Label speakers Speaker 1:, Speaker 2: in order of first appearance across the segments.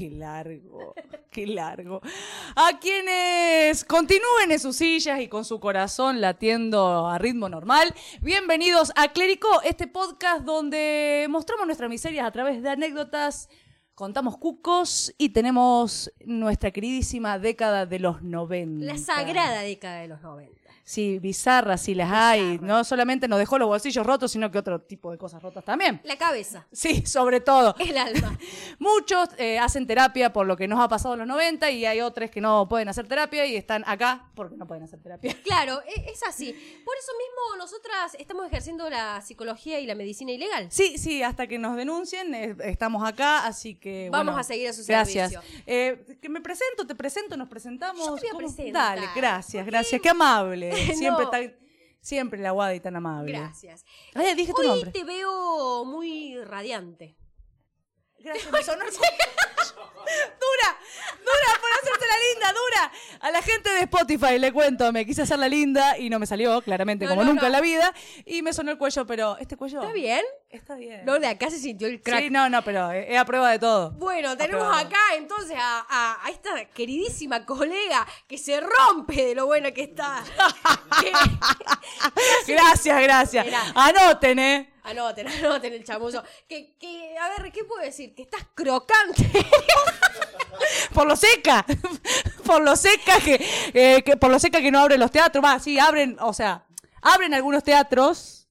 Speaker 1: largo, qué largo. A quienes continúen en sus sillas y con su corazón latiendo a ritmo normal, bienvenidos a Clérico, este podcast donde mostramos nuestras miserias a través de anécdotas, contamos cucos y tenemos nuestra queridísima década de los 90.
Speaker 2: La sagrada década de los 90.
Speaker 1: Sí, bizarras, sí las hay. No solamente nos dejó los bolsillos rotos, sino que otro tipo de cosas rotas también.
Speaker 2: La cabeza,
Speaker 1: Sí, sobre todo.
Speaker 2: el alma.
Speaker 1: Muchos eh, hacen terapia por lo que nos ha pasado en los 90 y hay otros que no pueden hacer terapia y están acá porque no pueden hacer terapia.
Speaker 2: Claro, e- es así. Por eso mismo nosotras estamos ejerciendo la psicología y la medicina ilegal.
Speaker 1: Sí, sí, hasta que nos denuncien, eh, estamos acá, así que...
Speaker 2: Vamos
Speaker 1: bueno,
Speaker 2: a seguir a su
Speaker 1: Gracias.
Speaker 2: servicio.
Speaker 1: Eh, que me presento, te presento, nos presentamos.
Speaker 2: Yo te voy a
Speaker 1: ¿cómo?
Speaker 2: presentar,
Speaker 1: Dale, gracias, gracias. Qué amable.
Speaker 2: No.
Speaker 1: Siempre tan... Siempre la guada y tan amable.
Speaker 2: Gracias.
Speaker 1: Ay, dije tu
Speaker 2: Hoy
Speaker 1: nombre.
Speaker 2: te veo muy radiante.
Speaker 1: Gracias, me sonó el Dura, dura por hacerte la linda, dura. A la gente de Spotify le cuento, me quise hacer la linda y no me salió, claramente,
Speaker 2: No,
Speaker 1: como
Speaker 2: no,
Speaker 1: nunca
Speaker 2: no.
Speaker 1: en la vida. Y me sonó el cuello, pero este cuello.
Speaker 2: ¿Está bien?
Speaker 1: Está bien.
Speaker 2: No, de acá se sintió el crack.
Speaker 1: Sí, no, no, pero eh, es es a prueba de todo.
Speaker 2: Bueno, tenemos
Speaker 1: Aprobado.
Speaker 2: acá entonces a, a- a esta queridísima colega que se rompe de lo buena que está. Que-
Speaker 1: Gracias, gracias.
Speaker 2: Mirá.
Speaker 1: Anoten, ¿eh?
Speaker 2: Anoten, anoten el chamuzo. Que, que, a ver, ¿qué puedo decir? Que estás crocante.
Speaker 1: Por lo seca. por lo seca que, eh, que- Por lo seca que no abren los teatros. Va, sí, abren, o sea, abren algunos teatros.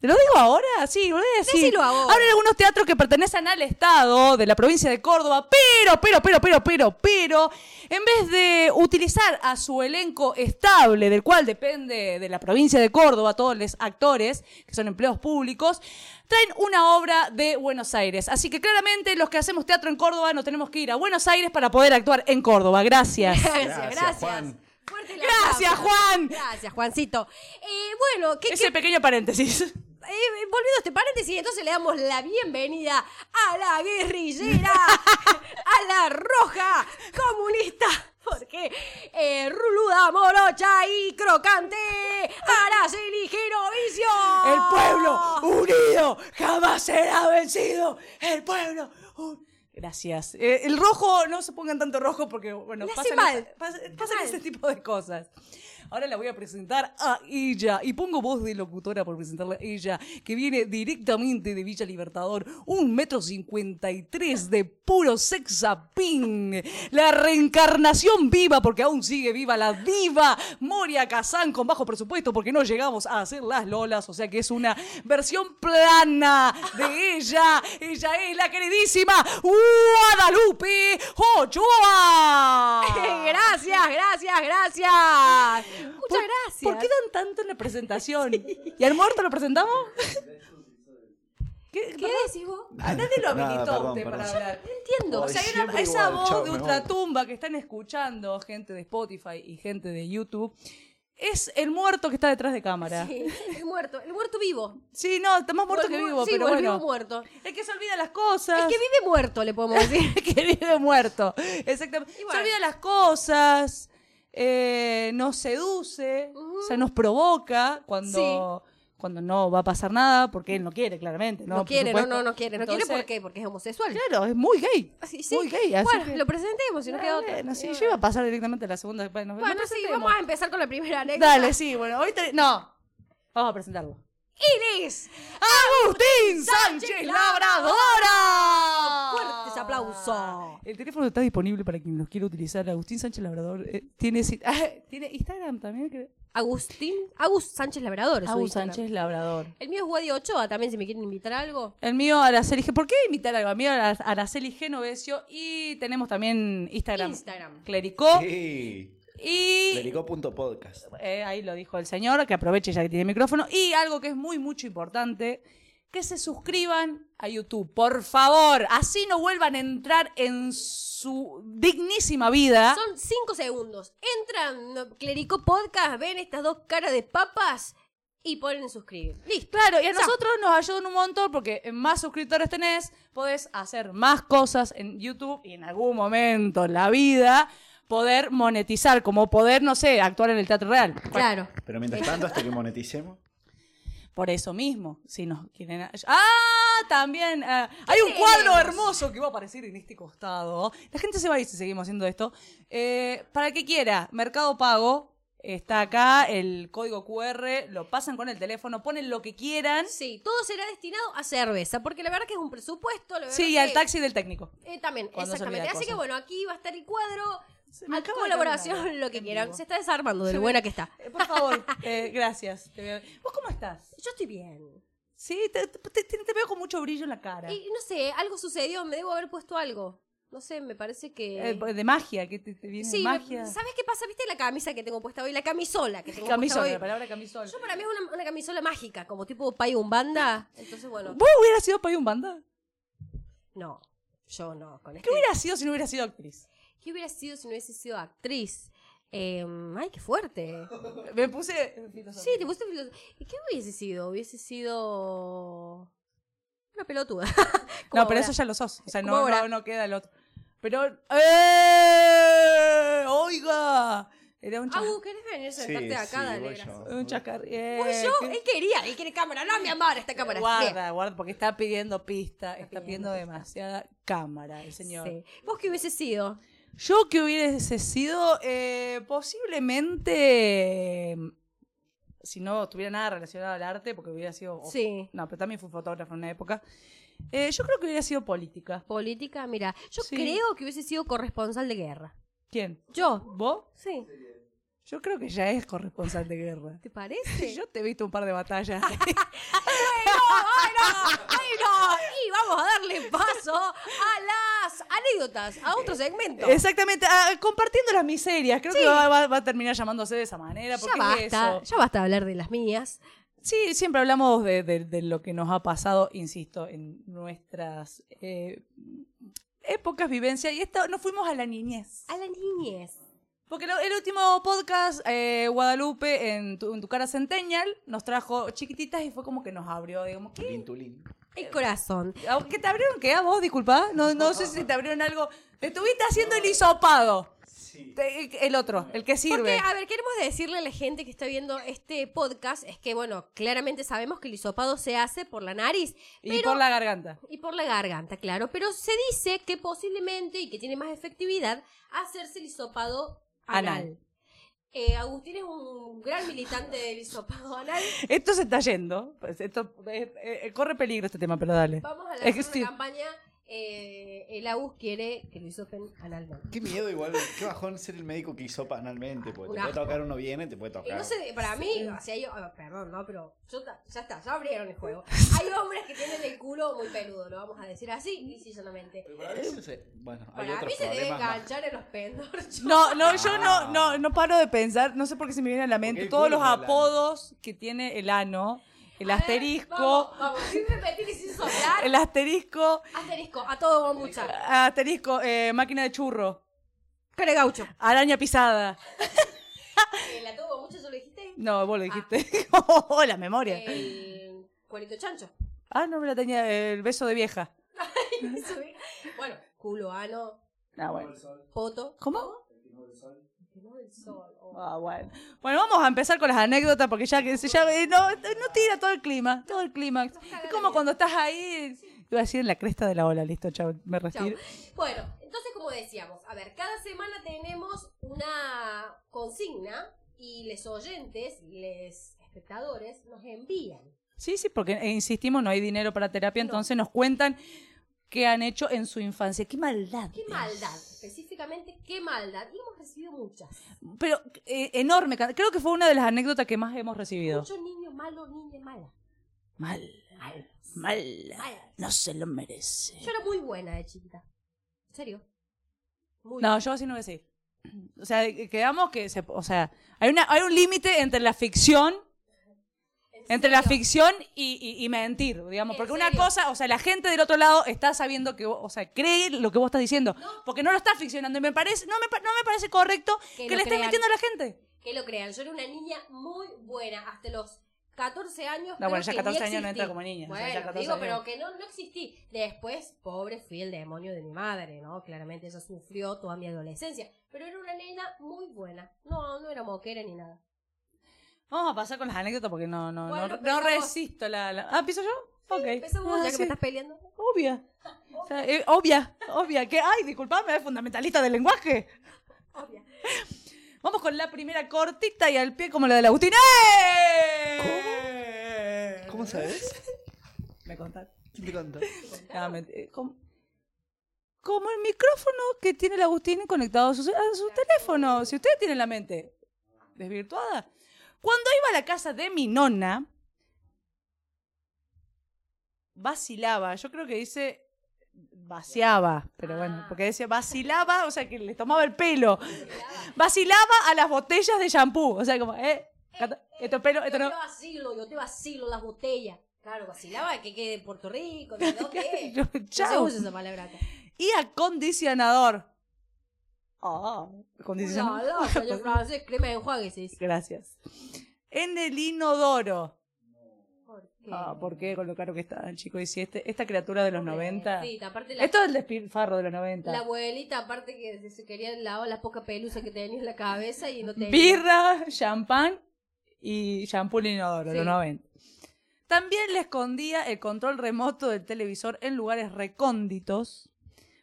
Speaker 1: ¿Te lo digo ahora? Sí, lo voy a decir.
Speaker 2: Decilo ahora.
Speaker 1: Abren algunos teatros que pertenecen al Estado de la provincia de Córdoba, pero, pero, pero, pero, pero, pero, en vez de utilizar a su elenco estable, del cual depende de la provincia de Córdoba, todos los actores, que son empleos públicos, traen una obra de Buenos Aires. Así que claramente los que hacemos teatro en Córdoba no tenemos que ir a Buenos Aires para poder actuar en Córdoba. Gracias.
Speaker 2: Gracias,
Speaker 3: Gracias,
Speaker 2: gracias.
Speaker 3: Juan.
Speaker 2: Fuerte el
Speaker 1: Gracias,
Speaker 2: aplauso.
Speaker 1: Juan.
Speaker 2: Gracias, Juancito. Eh, bueno, ¿qué, qué-
Speaker 1: Ese pequeño paréntesis.
Speaker 2: eh, volviendo a este paréntesis, entonces le damos la bienvenida a la guerrillera, a la roja comunista, porque eh, Ruluda Morocha y Crocante, Araceli Vicio.
Speaker 1: El pueblo unido jamás será vencido. El pueblo. un- Gracias. Eh, el rojo, no se pongan tanto rojo porque, bueno,
Speaker 2: Le hace
Speaker 1: pasan,
Speaker 2: mal.
Speaker 1: esta- pas-
Speaker 2: Está
Speaker 1: pasan
Speaker 2: mal.
Speaker 1: ese tipo de cosas. Ahora la voy a presentar a ella. Y pongo voz de locutora por presentarla a ella, que viene directamente de Villa Libertador, un metro cincuenta y tres de puro sexapín. La reencarnación viva, porque aún sigue viva la diva Moria Kazán con bajo presupuesto, porque no llegamos a hacer las lolas. O sea que es una versión plana de ella. Ella es la queridísima Guadalupe Ochoa.
Speaker 2: Gracias, gracias, gracias. Muchas
Speaker 1: ¿Por-
Speaker 2: gracias.
Speaker 1: ¿Por qué dan tanto en la presentación? ¿Y al muerto lo presentamos? ¿Qué,
Speaker 2: ¿Qué
Speaker 1: perdón?
Speaker 2: decís vos?
Speaker 1: A nadie lo
Speaker 3: Nada,
Speaker 1: habilitó
Speaker 3: perdón,
Speaker 1: usted para
Speaker 3: perdón.
Speaker 1: hablar.
Speaker 2: No entiendo.
Speaker 1: O
Speaker 3: Ay,
Speaker 1: sea, hay una-
Speaker 3: siempre
Speaker 1: esa
Speaker 3: igual,
Speaker 1: voz
Speaker 3: chao,
Speaker 1: de
Speaker 3: me voy.
Speaker 1: ultratumba que están escuchando gente de Spotify y gente de YouTube es el muerto que está detrás de cámara. Sí,
Speaker 2: Sí, el muerto, el muerto vivo.
Speaker 1: no, está más muerto
Speaker 2: Vol-
Speaker 1: que vivo,
Speaker 2: sí,
Speaker 1: pero
Speaker 2: volvió
Speaker 1: bueno. Ah.
Speaker 2: muerto.
Speaker 1: El que se olvida las cosas.
Speaker 2: El que vive muerto, le podemos decir.
Speaker 1: que vive muerto. Exactamente.
Speaker 2: Y bueno.
Speaker 1: Se olvida las cosas, eh, nos seduce, o sea, nos provoca cuando, cuando no va a pasar nada, porque él no quiere, claramente. No,
Speaker 2: No,
Speaker 1: Por
Speaker 2: quiere, no,
Speaker 1: supuesto.
Speaker 2: no, no quiere. No quiere
Speaker 1: Entonces,
Speaker 2: ¿por qué? porque es homosexual. Ah,
Speaker 1: Claro, es muy gay.
Speaker 2: Sí, sí.
Speaker 1: Muy gay. así
Speaker 2: bueno,
Speaker 1: que-
Speaker 2: lo presentemos, si no queda otra. Eh,
Speaker 1: Bueno, sí, yo iba a pasar directamente a la segunda. Bueno, lo
Speaker 2: Bueno, sí,
Speaker 1: presentemos.
Speaker 2: vamos a empezar con la primera anécdota.
Speaker 1: Dale, sí, bueno, hoy te- No, vamos a presentarlo.
Speaker 2: Él es.
Speaker 1: Agustín
Speaker 2: Sánchez
Speaker 1: Sánchez
Speaker 2: Labradora.
Speaker 1: Labradora.
Speaker 2: Fuertes aplausos.
Speaker 1: El teléfono está disponible para quien los quiera utilizar. Agustín Sánchez Labrador eh, tiene, si- tiene Instagram también. creo.
Speaker 2: Agustín, Agus Sánchez Labrador. es su
Speaker 1: Agus
Speaker 2: Instagram.
Speaker 1: Sánchez Labrador.
Speaker 2: El mío es Guadi Ochoa, también si me quieren invitar a algo.
Speaker 1: El mío, Araceli G. ¿Por qué imitar algo? El mío, Ara- Araceli Genovesio. Y tenemos también Instagram.
Speaker 2: Instagram.
Speaker 1: Clericó.
Speaker 3: Sí.
Speaker 1: Y.
Speaker 3: Clericó.podcast.
Speaker 1: Eh, ahí lo dijo el señor, que aproveche ya que tiene micrófono. Y algo que es muy, mucho importante, que se suscriban a YouTube, por favor. Así no vuelvan a entrar en su dignísima vida.
Speaker 2: Son cinco segundos. Entran, no, Clericó Podcast, ven estas dos caras de papas y ponen suscribir. Listo.
Speaker 1: Claro, y
Speaker 2: Ya.
Speaker 1: a nosotros nos ayudan un montón porque en más suscriptores tenés, podés hacer más cosas en YouTube y en algún momento en la vida poder monetizar, como poder, no sé, actuar en el teatro real.
Speaker 2: Claro.
Speaker 3: Pero mientras tanto, hasta que moneticemos.
Speaker 1: Por eso mismo, si nos quieren... ¡Ah! también. eh, hay un
Speaker 2: tenemos?
Speaker 1: cuadro hermoso que va a aparecer en este costado. La gente se va a ir si seguimos haciendo esto. Eh, para el que quiera, Mercado Pago. Está acá el código QR, lo pasan con el teléfono, ponen lo que quieran.
Speaker 2: Sí, todo será destinado a cerveza, porque la verdad que es un presupuesto. la verdad
Speaker 1: Sí, y
Speaker 2: que-
Speaker 1: al taxi del técnico.
Speaker 2: Eh, también,
Speaker 1: Cuando se
Speaker 2: exactamente.
Speaker 1: olvida
Speaker 2: Así que
Speaker 1: cosas.
Speaker 2: bueno, aquí va a estar el cuadro.
Speaker 1: Se me
Speaker 2: a
Speaker 1: acaba de caer
Speaker 2: colaboración,
Speaker 1: una
Speaker 2: lo que
Speaker 1: en
Speaker 2: quieran.
Speaker 1: vivo.
Speaker 2: Se está desarmando de
Speaker 1: Se
Speaker 2: lo
Speaker 1: me-
Speaker 2: buena que está.
Speaker 1: Eh, Por favor, eh, gracias. Te veo- ¿Vos cómo estás?
Speaker 2: Yo estoy bien.
Speaker 1: Sí, te, te- te- te veo con mucho brillo en la cara.
Speaker 2: Y no sé, algo sucedió, me debo haber puesto algo. No sé, me parece que.
Speaker 1: Eh, de magia, que te, te viene de
Speaker 2: sí, me-
Speaker 1: magia.
Speaker 2: ¿sabes qué pasa? ¿Viste la camisa que tengo puesta hoy? La camisola que tengo
Speaker 1: Camisola, la
Speaker 2: puesta hoy.
Speaker 1: palabra camisola.
Speaker 2: Yo para mí es una, una camisola mágica, como tipo pay umbanda. Entonces, bueno,
Speaker 1: ¿Vos hubieras sido payón banda?
Speaker 2: no. Yo no, con
Speaker 1: ¿Qué
Speaker 2: este-
Speaker 1: hubiera sido si no hubiera sido actriz?
Speaker 2: ¿Qué hubiera sido si no hubiese sido actriz? Eh, ay, qué fuerte.
Speaker 1: Me puse.
Speaker 2: Sí, te pusiste filoso- ¿Y qué hubiese sido? Hubiese sido. Una pelotuda. Como
Speaker 1: No,
Speaker 2: ahora.
Speaker 1: pero eso ya lo sos. O sea,
Speaker 2: Como
Speaker 1: no,
Speaker 2: ahora.
Speaker 1: no, no queda el otro. Pero. ¡Eh! ¡Oiga! Era un, chas-
Speaker 2: Au, ¿querés venir a sentarte
Speaker 3: Sí,
Speaker 2: acá?
Speaker 3: sí,
Speaker 2: Dale,
Speaker 3: voy
Speaker 2: gracias.
Speaker 3: yo.
Speaker 1: un chascar- eh,
Speaker 2: Voy yo,
Speaker 1: que-
Speaker 2: él quería, él quiere cámara. No, mi amor, esta cámara. Bien.
Speaker 1: Guarda, guarda, porque está pidiendo pista, está
Speaker 2: pidiendo
Speaker 1: pidiendo demasiada cámara el señor.
Speaker 2: Sí. ¿Vos qué hubiese sido?
Speaker 1: Yo que hubiese sido eh, posiblemente, eh, si no tuviera nada relacionado al arte, porque hubiera sido... o-
Speaker 2: Sí.
Speaker 1: No, pero también fui fotógrafa en una época. Eh, yo creo que hubiera sido política.
Speaker 2: Política, mira. Yo
Speaker 1: Sí.
Speaker 2: creo que hubiese sido corresponsal de guerra.
Speaker 1: ¿Quién?
Speaker 2: Yo.
Speaker 1: ¿Vos?
Speaker 2: Sí.
Speaker 1: Yo creo que ya es corresponsal de guerra.
Speaker 2: ¿Te parece?
Speaker 1: Yo te he visto un par de batallas.
Speaker 2: ¡Ay, no! ¡Ay, no! Y vamos a darle paso a las anécdotas, a otro segmento.
Speaker 1: Exactamente, ah, compartiendo las miserias. Creo
Speaker 2: Sí.
Speaker 1: que va, va- va a terminar llamándose de esa manera.
Speaker 2: Ya
Speaker 1: Porque es
Speaker 2: basta,
Speaker 1: eso.
Speaker 2: ya basta de hablar de las mías.
Speaker 1: Sí, siempre hablamos de, de- de lo que nos ha pasado, insisto, en nuestras eh, épocas, vivencias. Y esto, nos fuimos a la niñez.
Speaker 2: A la niñez.
Speaker 1: Porque lo- el último podcast, eh, Guadalupe, en tu, en tu cara centennial, nos trajo chiquititas y fue como que nos abrió, digamos, ¿qué?
Speaker 3: Tulín, tulín.
Speaker 2: El corazón.
Speaker 1: ¿A- ¿Qué te abrieron? ¿Qué? ¿A vos? Disculpa. No, no sé si te abrieron algo. Te estuviste haciendo el hisopado. Te- el otro, el que
Speaker 2: Porque, ah,
Speaker 1: sirve.
Speaker 2: a ver, queremos decirle a la gente que está viendo este podcast, es que, bueno, claramente sabemos que el hisopado se hace por la nariz
Speaker 1: Y por la garganta.
Speaker 2: y por la garganta, claro, pero se dice que posiblemente, y que tiene más efectividad, hacerse el hisopado anal.
Speaker 1: Anal.
Speaker 2: Eh, Agustín es un gran militante del hisopado anal.
Speaker 1: Esto se está yendo. Pues Esto, eh, eh, corre peligro este tema, pero dale.
Speaker 2: Vamos a
Speaker 1: Es que
Speaker 2: lanzar
Speaker 1: sí.
Speaker 2: una campaña. eh, el Agus quiere que lo hisopen analmente.
Speaker 3: Qué miedo igual, qué bajón ser el médico que hizo analmente, porque
Speaker 2: Un
Speaker 3: te puede
Speaker 2: asco.
Speaker 3: tocar uno bien y te puede
Speaker 2: Y
Speaker 3: tocar.
Speaker 2: Eh, no sé, para mí, o sea, yo, ah, perdón, no, pero yo ta- ya está, ya abrieron el juego. Hay hombres que tienen el culo muy peludo, lo vamos a decir así, lisillanamente.
Speaker 3: Pero para mí se- se- bueno, hay
Speaker 2: Para
Speaker 3: otros
Speaker 2: mí se debe
Speaker 3: problemas más.
Speaker 2: enganchar en los pendorchos.
Speaker 1: No, no, yo
Speaker 3: Ah.
Speaker 1: no, no, no paro de pensar, no sé por qué se me viene a la mente
Speaker 3: el
Speaker 1: todos
Speaker 3: culo
Speaker 1: los
Speaker 3: es el ano.
Speaker 1: apodos que tiene el ano, el
Speaker 2: A ver,
Speaker 1: asterisco,
Speaker 2: Vamos, vamos, sin repetir y sin soplar.
Speaker 1: el asterisco,
Speaker 2: Asterisco, a todo bombucha.
Speaker 1: asterisco, eh, máquina de churro,
Speaker 2: Care gaucho.
Speaker 1: araña pisada.
Speaker 2: El a todo Eh, bombucha, ¿yo lo dijiste?
Speaker 1: No, vos lo dijiste.
Speaker 2: Ah,
Speaker 1: Oh, la memoria.
Speaker 2: eh, El cuerito chancho.
Speaker 1: Ah, no me la tenía, el beso de vieja.
Speaker 2: bueno, culo, ano,
Speaker 1: Ah, bueno.
Speaker 2: poto.
Speaker 1: ¿Cómo?
Speaker 2: No, el sol. oh.
Speaker 1: Ah, bueno. Bueno, vamos a empezar con las anécdotas porque ya que se ya, eh, no, no tira todo el clima, todo el clímax. Es como cuando estás ahí, iba a decir en la cresta de la ola, listo, chao, me
Speaker 2: Chau.
Speaker 1: retiro.
Speaker 2: Bueno, entonces como decíamos, a ver, cada semana tenemos una consigna y les oyentes, les espectadores nos envían.
Speaker 1: Sí, sí, porque eh, insistimos, no hay dinero para terapia,
Speaker 2: No.
Speaker 1: entonces nos cuentan qué han hecho en su infancia. ¡Qué maldad!
Speaker 2: ¿Qué maldad? Específicamente, ¿qué maldad? Y hemos recibido muchas.
Speaker 1: Pero eh, enorme, ca- creo que fue una de las anécdotas que más hemos recibido.
Speaker 2: Muchos niños malos, niñas malas.
Speaker 1: Mal,
Speaker 2: malas,
Speaker 1: mal,
Speaker 2: malas.
Speaker 1: no se lo merece.
Speaker 2: Yo era muy buena de chiquita. ¿En serio? Muy
Speaker 1: No, yo así no voy a seguir. O sea, eh, quedamos que, se, o sea, hay, una, hay un límite entre la ficción,
Speaker 2: ¿En
Speaker 1: entre la
Speaker 2: serio?
Speaker 1: ficción y, y- y mentir, digamos,
Speaker 2: ¿En
Speaker 1: porque una
Speaker 2: serio?
Speaker 1: cosa, o sea, la gente del otro lado está sabiendo que, vos- o sea, cree lo que vos estás diciendo, porque no lo estás ficcionando y me parece, no me, pa- no me parece correcto
Speaker 2: Que
Speaker 1: que,
Speaker 2: lo
Speaker 1: le estés
Speaker 2: crean.
Speaker 1: mintiendo a la gente.
Speaker 2: Que lo crean, yo era una niña muy buena hasta los 14 años.
Speaker 1: No,
Speaker 2: creo
Speaker 1: bueno, ya
Speaker 2: que
Speaker 1: 14
Speaker 2: ni
Speaker 1: años no entra
Speaker 2: existí.
Speaker 1: como niña, o sea,
Speaker 2: Bueno,
Speaker 1: ya 14
Speaker 2: digo,
Speaker 1: años.
Speaker 2: pero que no, no existí. Después, pobre, fui el demonio de mi madre, ¿no? Claramente ella sufrió toda mi adolescencia. Pero era una nena muy buena. No, no era moquera ni nada.
Speaker 1: Vamos a pasar con las anécdotas porque no, no,
Speaker 2: Bueno,
Speaker 1: no, no
Speaker 2: empezamos.
Speaker 1: resisto la, la- ¿Ah, empiezo yo? Ok.
Speaker 2: Empezamos
Speaker 1: Ah,
Speaker 2: ya que
Speaker 1: sí.
Speaker 2: me estás peleando.
Speaker 1: Obvia. O sea, eh, obvia, obvia. Que, ay, disculpame, es fundamentalista del lenguaje.
Speaker 2: Obvia.
Speaker 1: Vamos con la primera cortita y al pie como la de ¡Eh! la Agustina. ¿Cómo?
Speaker 3: ¿Cómo sabes?
Speaker 1: Me contaste.
Speaker 3: ¿Quién te contó?
Speaker 1: Ah, me- eh, como, como el micrófono que tiene el Agustín conectado a su, a su teléfono. Si usted tiene la mente desvirtuada. Cuando iba a la casa de mi nona, vacilaba. Yo creo que dice vaciaba, pero bueno,
Speaker 2: Ah.
Speaker 1: porque decía vacilaba, o sea que le tomaba el pelo. Vacilaba a las botellas de shampoo. O sea, como, eh, esto es pelo,
Speaker 2: Yo
Speaker 1: esto no.
Speaker 2: te vacilo, yo te vacilo las botellas. Claro, vacilaba que quede en Puerto Rico, no sé dónde.
Speaker 1: Yo,
Speaker 2: No se
Speaker 1: chau.
Speaker 2: usa esa palabra acá.
Speaker 1: y acondicionador. Ah,
Speaker 2: No,
Speaker 1: acondicionador.
Speaker 2: no, señor francés, crema de enjuague, se dice.
Speaker 1: Gracias. En el inodoro.
Speaker 2: ¿Por qué?
Speaker 1: Ah, ¿por qué? Con lo caro que está el chico. Y si este, esta criatura de los 90.
Speaker 2: eh, Sí, aparte la,
Speaker 1: Esto es el despilfarro de los 90.
Speaker 2: la abuelita, aparte que se querían lavar las pocas pelusas que tenía en la cabeza y no tenía.
Speaker 1: Birra, champán y shampoo en inodoro,
Speaker 2: Sí.
Speaker 1: los 90. También le escondía el control remoto del televisor en lugares recónditos.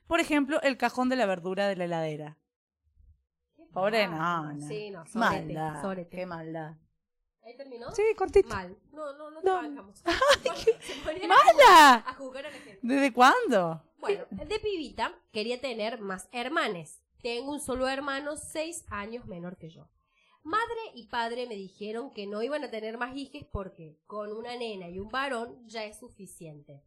Speaker 1: Por ejemplo, el cajón de la verdura de la heladera. Pobre, no, no.
Speaker 2: Ah, Sí, no, sorete,
Speaker 1: maldad.
Speaker 2: sorete.
Speaker 1: Qué maldad.
Speaker 2: ¿Ahí terminó?
Speaker 1: Sí, cortito.
Speaker 2: Mal. No, no, no
Speaker 1: No.
Speaker 2: trabajamos. Se ponían a ju-
Speaker 1: ¡Mala!
Speaker 2: A jugar a la gente.
Speaker 1: ¿Desde cuándo?
Speaker 2: Bueno, de pibita quería tener más hermanes. Tengo un solo hermano, seis años menor que yo. Madre y padre me dijeron que no iban a tener más hijes porque con una nena y un varón ya es suficiente.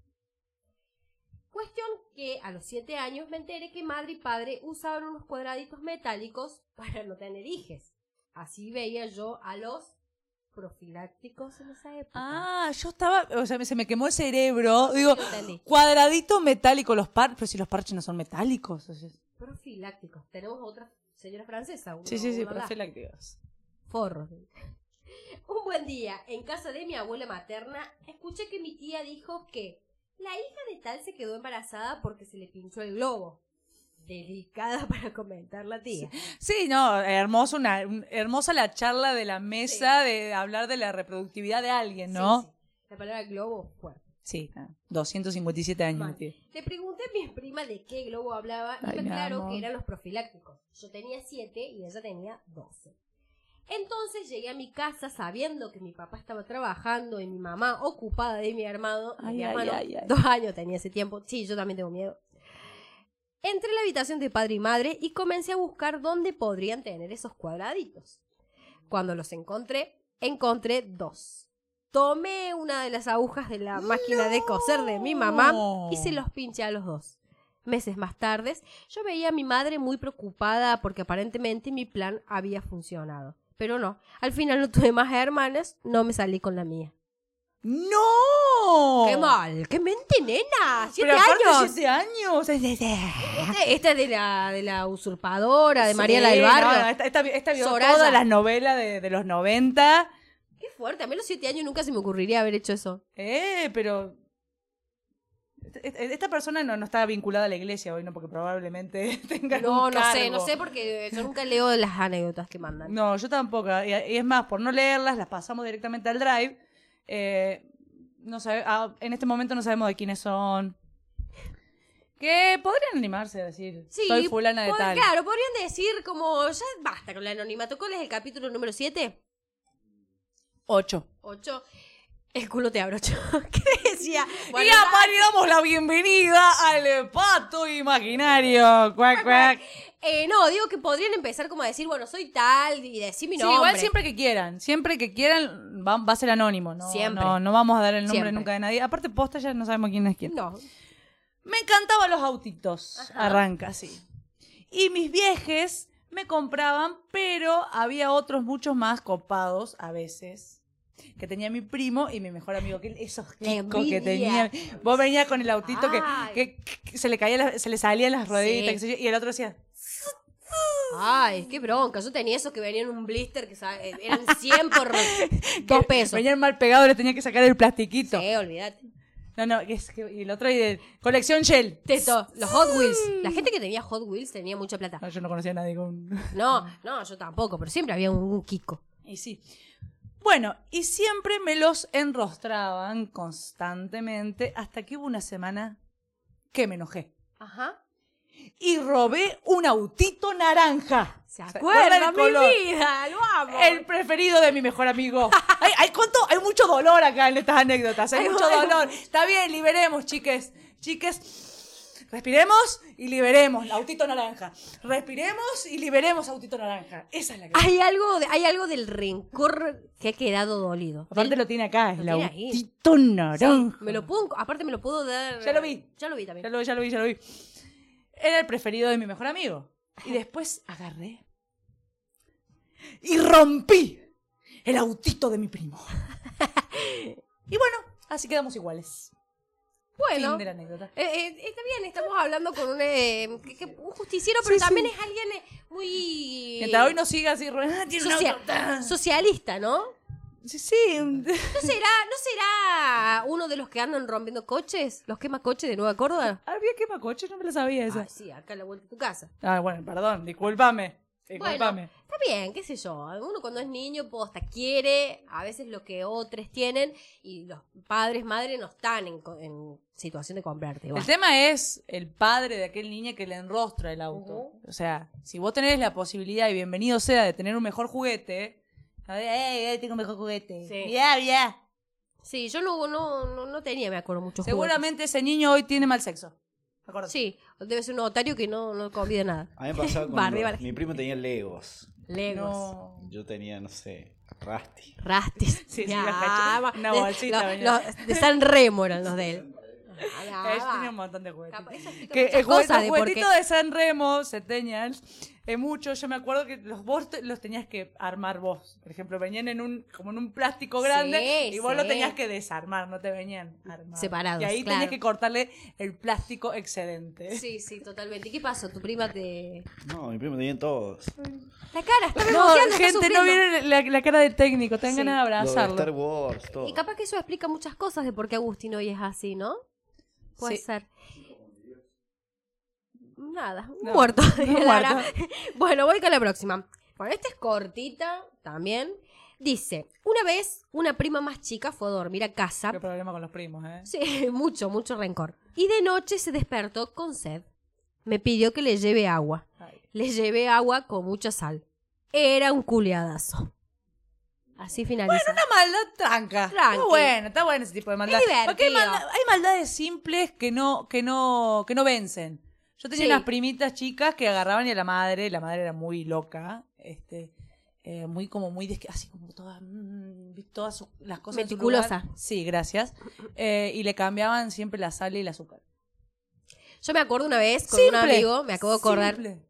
Speaker 2: Cuestión que a los siete años me enteré que madre y padre usaban unos cuadraditos metálicos para no tener hijes. Así veía yo a los profilácticos en esa época.
Speaker 1: Ah, yo estaba, o sea, me- se me quemó el cerebro. Digo,
Speaker 2: Yo entendí.
Speaker 1: cuadradito metálico los parches, pero si los parches no son metálicos. o sea-
Speaker 2: Profilácticos. Tenemos otra señora francesa. uno-
Speaker 1: sí, sí, sí,
Speaker 2: uno da.
Speaker 1: profilácticos.
Speaker 2: Forros. Un buen día, en casa de mi abuela materna, escuché que mi tía dijo que la hija de tal se quedó embarazada porque se le pinchó el globo. Delicada para comentar la tía.
Speaker 1: Sí, no, hermoso una, un- hermosa la charla de la mesa de hablar de la reproductividad de alguien,
Speaker 2: Sí,
Speaker 1: ¿no?
Speaker 2: sí. La palabra globo fuerte.
Speaker 1: Sí, ah, 257 años.
Speaker 2: Mal.
Speaker 1: metí.
Speaker 2: Le pregunté a mi prima de qué globo hablaba y
Speaker 1: Ay,
Speaker 2: me
Speaker 1: mi
Speaker 2: aclaró
Speaker 1: amor.
Speaker 2: que eran los profilácticos. Yo tenía 7 y ella tenía 12. Entonces llegué a mi casa sabiendo que mi papá estaba trabajando y mi mamá ocupada de mi hermano. de
Speaker 1: Ay,
Speaker 2: mi
Speaker 1: ay,
Speaker 2: hermano.
Speaker 1: ay, ay.
Speaker 2: Dos años tenía ese tiempo. Sí, yo también tengo miedo. Entré a la habitación de padre y madre y comencé a buscar dónde podrían tener esos cuadraditos. Cuando los encontré, encontré dos. Tomé una de las agujas de la máquina de coser de mi mamá y se los pinché a los dos. Meses más tarde, yo veía a mi madre muy preocupada porque aparentemente mi plan había funcionado. Pero no, al final no tuve más hermanas, no me salí con la mía.
Speaker 1: ¡No!
Speaker 2: ¡Qué mal! ¡Qué mente, nena! ¡Siete
Speaker 1: Pero aparte,
Speaker 2: años!
Speaker 1: siete años. Es de- de-
Speaker 2: Este- Esta es de la, de la usurpadora, de María la
Speaker 1: Sí,
Speaker 2: del
Speaker 1: no,
Speaker 2: Barrio.
Speaker 1: esta, esta, esta vio
Speaker 2: Soraya.
Speaker 1: todas las novelas de, de los 90.
Speaker 2: ¡Qué fuerte! A mí a los siete años nunca se me ocurriría haber hecho eso.
Speaker 1: Eh, pero. Este- este- Esta persona no, no está vinculada a la iglesia hoy, ¿no? Porque probablemente tenga.
Speaker 2: No,
Speaker 1: un
Speaker 2: no sé,
Speaker 1: cargo.
Speaker 2: no sé porque yo nunca leo las anécdotas que mandan.
Speaker 1: No, yo tampoco. Y, y es más, por no leerlas, las pasamos directamente al drive. Eh, no sabe- ah, en este momento no sabemos de quiénes son. Que podrían animarse a decir:
Speaker 2: Sí,
Speaker 1: Soy fulana de
Speaker 2: pod-
Speaker 1: tal.
Speaker 2: Claro, podrían decir como, ya basta con el anonimato. ¿Cuál es el capítulo número 7?
Speaker 1: Ocho.
Speaker 2: 8. El culo te abrocho. ¿Qué decía? Bueno,
Speaker 1: y
Speaker 2: nada,
Speaker 1: aparte damos la bienvenida al eh, pato imaginario. Cuac, cuac.
Speaker 2: eh, no, digo que podrían empezar como a decir, bueno, soy tal y decir mi
Speaker 1: Sí,
Speaker 2: nombre.
Speaker 1: igual siempre que quieran, siempre que quieran va, va a ser anónimo, ¿no?
Speaker 2: Siempre.
Speaker 1: No, no vamos a dar el nombre
Speaker 2: Siempre.
Speaker 1: nunca de nadie. Aparte, posta ya no sabemos quién es quién.
Speaker 2: No.
Speaker 1: Me encantaban los autitos,
Speaker 2: Ajá.
Speaker 1: arranca así. Y mis viejes me compraban, pero había otros muchos más copados a veces. Que tenía mi primo y mi mejor amigo, que él- esos
Speaker 2: La
Speaker 1: chicos que
Speaker 2: envidia.
Speaker 1: tenía. Vos venías con el autito que,
Speaker 2: Ay.
Speaker 1: que- que se le caía la- se le salían las rueditas,
Speaker 2: Sí.
Speaker 1: qué sé yo, y el otro decía,
Speaker 2: Ay, qué bronca. Yo tenía esos que venían en un blister que sa- eh, eran 100 por 2 pesos.
Speaker 1: venían mal pegados, le tenía que sacar el plastiquito.
Speaker 2: Sí, olvídate.
Speaker 1: No, no, es que, y el otro y de colección Shell.
Speaker 2: Teto, los Hot Wheels. La gente que tenía Hot Wheels tenía mucha plata.
Speaker 1: No, yo no conocía a nadie con.
Speaker 2: No, no, yo tampoco, pero siempre había un, un Kiko.
Speaker 1: Y sí. Bueno, y siempre me los enrostraban constantemente hasta que hubo una semana que me enojé.
Speaker 2: Ajá.
Speaker 1: Y robé un autito naranja.
Speaker 2: ¿Se
Speaker 1: acuerdan
Speaker 2: acuerda
Speaker 1: el
Speaker 2: mi
Speaker 1: color?
Speaker 2: vida? Lo amo.
Speaker 1: El preferido de mi mejor amigo. Hay, hay, cuánto- hay mucho dolor acá en estas anécdotas. Hay
Speaker 2: Ay,
Speaker 1: mucho
Speaker 2: bueno.
Speaker 1: dolor. Está bien, liberemos, chiques. Chiques, respiremos y liberemos. Autito naranja. Respiremos y liberemos autito naranja. Esa es la que.
Speaker 2: Hay algo, de- hay algo del rencor que ha quedado dolido.
Speaker 1: Aparte
Speaker 2: Del-
Speaker 1: lo tiene acá, es
Speaker 2: Lo
Speaker 1: el
Speaker 2: tiene ahí.
Speaker 1: autito
Speaker 2: Sí,
Speaker 1: naranja.
Speaker 2: me lo puedo, aparte me lo puedo dar.
Speaker 1: Ya lo vi.
Speaker 2: Ya lo vi
Speaker 1: Ya
Speaker 2: también.
Speaker 1: lo vi, ya lo vi, ya lo vi. Era el preferido de mi mejor amigo. Y después agarré y rompí el autito de mi primo. Y bueno, así quedamos iguales.
Speaker 2: Bueno.
Speaker 1: Fin de la anécdota.
Speaker 2: Eh, eh, está bien, estamos hablando con un, eh, que- que- un justiciero, pero
Speaker 1: Sí, sí.
Speaker 2: también es alguien eh, muy
Speaker 1: Mientras hoy no siga así, ro- "Ah, tiene un
Speaker 2: social-
Speaker 1: auto tan-".
Speaker 2: socialista, ¿no?
Speaker 1: Sí, sí. un-
Speaker 2: ¿No será, ¿No será uno de los que andan rompiendo coches? ¿Los quema coches de Nueva Córdoba?
Speaker 1: Había quemacoches, no me lo sabía esa.
Speaker 2: Ah, sí, acá a la vuelta de tu casa.
Speaker 1: Ah, bueno, perdón, discúlpame.
Speaker 2: Bueno,
Speaker 1: Discúlpame.
Speaker 2: está bien, qué sé yo. Uno cuando es niño, posta, quiere a veces lo que otros tienen y los padres, madres no están en, co- en situación de comprarte.
Speaker 1: El
Speaker 2: igual.
Speaker 1: tema es el padre de aquel niño que le enrostra el auto.
Speaker 2: Ujú.
Speaker 1: O sea, si vos tenés la posibilidad, y bienvenido sea, de tener un mejor juguete, a ver, eh, eh, tengo un mejor juguete.
Speaker 2: Sí.
Speaker 1: Mirá, mirá.
Speaker 2: Sí, yo no, no, no, no tenía, me acuerdo, mucho
Speaker 1: Seguramente ese niño hoy tiene mal sexo. Acordate.
Speaker 2: Sí, debe ser un notario que no, no convida nada.
Speaker 3: A mí me pasaba
Speaker 2: Va,
Speaker 3: con.
Speaker 2: arriba la-
Speaker 3: Mi primo tenía Legos.
Speaker 2: Legos.
Speaker 1: No.
Speaker 3: Yo tenía, no sé, Rusty.
Speaker 2: Rastis.
Speaker 1: Sí, sí,
Speaker 2: Ya,
Speaker 1: los cachos. Una
Speaker 2: de-
Speaker 1: bolsita,
Speaker 2: lo-
Speaker 1: venía.
Speaker 2: los de San Remo eran los de él. Ah,
Speaker 1: Eh, yo
Speaker 2: va.
Speaker 1: tenía un montón de juguetes.
Speaker 2: Capaz- eso explica
Speaker 1: Que
Speaker 2: muchas
Speaker 1: el, juguete-
Speaker 2: cosas
Speaker 1: el
Speaker 2: de por qué-
Speaker 1: juguetito de San Remo, Centennials, es mucho. Yo me acuerdo que los vos te- los tenías que armar vos. Por ejemplo, venían en un, como en un plástico
Speaker 2: Sí,
Speaker 1: grande y vos lo
Speaker 2: sí.
Speaker 1: tenías que desarmar, no te venían armados.
Speaker 2: Separados,
Speaker 1: Y ahí
Speaker 2: claro.
Speaker 1: tenías que cortarle el plástico excedente.
Speaker 2: Sí, sí, totalmente. ¿Y qué pasó? Tu prima te.
Speaker 3: No, mi primo tenía todos.
Speaker 2: La cara, está
Speaker 1: No,
Speaker 2: negociando, está
Speaker 1: gente, no
Speaker 2: sufriendo.
Speaker 1: vieron la, la cara del técnico. Tengan
Speaker 2: Sí.
Speaker 1: ganas de
Speaker 3: Los de Star
Speaker 1: abrazarlo.
Speaker 3: Wars, todo.
Speaker 2: Y capaz que eso explica muchas cosas de por qué Agustín hoy es así, ¿no? Puede
Speaker 1: Sí.
Speaker 2: ser. Nada,
Speaker 1: No,
Speaker 2: muerto.
Speaker 1: no
Speaker 2: Lara.
Speaker 1: muerto.
Speaker 2: Bueno, voy con la próxima. Bueno, esta es cortita también. Dice, una vez una prima más chica fue a dormir a casa.
Speaker 1: Qué problema con los primos, ¿eh?
Speaker 2: Sí, mucho, mucho rencor. Y de noche se despertó con sed. Me pidió que le lleve agua.
Speaker 1: Ay.
Speaker 2: Le llevé agua con mucha sal. Era un culeadazo. Así finaliza.
Speaker 1: Una maldad tranca.
Speaker 2: Tranqui.
Speaker 1: Está bueno, está bueno ese tipo de maldad.
Speaker 2: Es divertido.
Speaker 1: Porque hay, malda- hay maldades simples que no, que no, que no vencen. Yo tenía
Speaker 2: Sí.
Speaker 1: unas primitas chicas que agarraban y a la madre, la madre era muy loca, este, eh, muy como muy desque- así como todas, mm, todas su- las cosas. en su lugar.
Speaker 2: Meticulosa.
Speaker 1: Sí, gracias. Eh, y le cambiaban siempre la sal y el azúcar.
Speaker 2: Yo me acuerdo una vez con un
Speaker 1: Simple.
Speaker 2: amigo, me acabo de acordar
Speaker 1: Simple.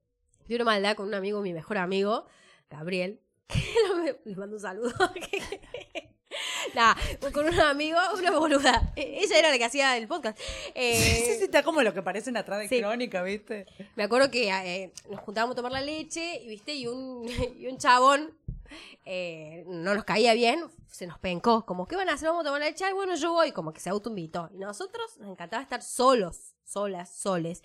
Speaker 2: de una maldad con un amigo, mi mejor amigo, Gabriel. Les mando un saludo. Nah, con un amigo, una boluda. Eh, Ella era la que hacía el podcast. Eh,
Speaker 1: Sí, sí, está como lo que parecen atrás de
Speaker 2: Sí.
Speaker 1: crónica, ¿viste?
Speaker 2: Me acuerdo que eh, nos juntábamos a tomar la leche y viste, y un, y un chabón eh, no nos caía bien, se nos pencó, como, ¿qué van a hacer? Vamos a tomar la leche, y bueno, yo voy, como que se autoinvitó. Y nosotros nos encantaba estar solos, solas, soles.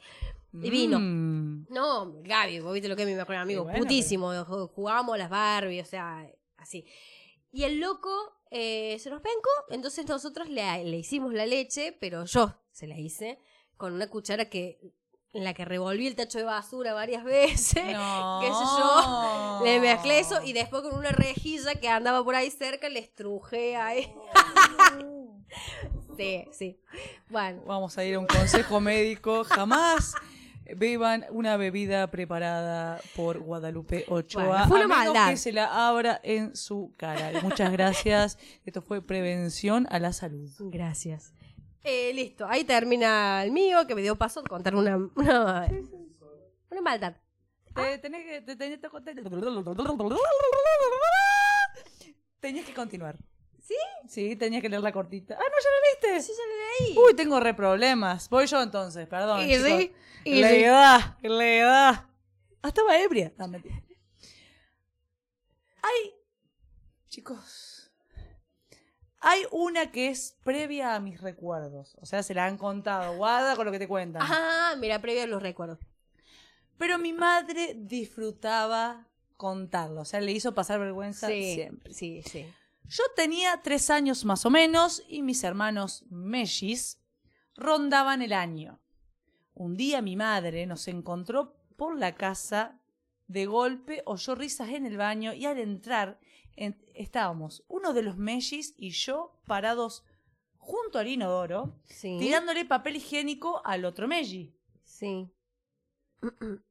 Speaker 2: Y vino.
Speaker 1: Mm.
Speaker 2: No, Gaby, vos viste lo que es mi mejor amigo,
Speaker 1: Y bueno,
Speaker 2: putísimo, ju- jugábamos a las Barbie, o sea, así. Y el loco eh, se nos pencó, entonces nosotros le, le hicimos la leche, pero yo se la hice con una cuchara que en la que revolví el tacho de basura varias veces.
Speaker 1: No.
Speaker 2: qué sé yo, Le mezclé eso y después con una rejilla que andaba por ahí cerca le estrujé ahí. sí, sí. Bueno,
Speaker 1: Vamos a ir a un consejo médico. Jamás beban una bebida preparada por Guadalupe Ochoa.
Speaker 2: Bueno, fue
Speaker 1: a
Speaker 2: una
Speaker 1: menos
Speaker 2: maldad.
Speaker 1: que se la abra en su cara. Y muchas gracias. Esto fue prevención a la salud.
Speaker 2: gracias. Mm. Eh, listo, ahí termina el mío que me dio paso a contar una, una, una maldad.
Speaker 1: Te tenés que, te tenés que- te- Tenías que continuar.
Speaker 2: ¿Sí?
Speaker 1: Sí, tenías que leer la cortita. Ah, no, ya la
Speaker 2: Sí,
Speaker 1: leíste.
Speaker 2: ya lo leí.
Speaker 1: Uy, tengo re problemas. Voy yo entonces, perdón.
Speaker 2: Y
Speaker 1: chicos.
Speaker 2: sí, y
Speaker 1: la
Speaker 2: sí.
Speaker 1: edad, la edad. Ah, estaba ebria. No, mentira. Hay, chicos, hay una que es previa a mis recuerdos. O sea, se la han contado. Guarda con lo que te cuentan.
Speaker 2: Ah, mira, previo a los recuerdos.
Speaker 1: Pero mi madre disfrutaba contarlo. O sea, le hizo pasar vergüenza
Speaker 2: Sí,
Speaker 1: siempre.
Speaker 2: sí, sí.
Speaker 1: Yo tenía tres años más o menos y mis hermanos mellis rondaban el año. Un día mi madre nos encontró por la casa de golpe, oyó risas en el baño y al entrar en- estábamos uno de los mellis y yo parados junto al inodoro,
Speaker 2: Sí.
Speaker 1: tirándole papel higiénico al otro melli.
Speaker 2: Sí.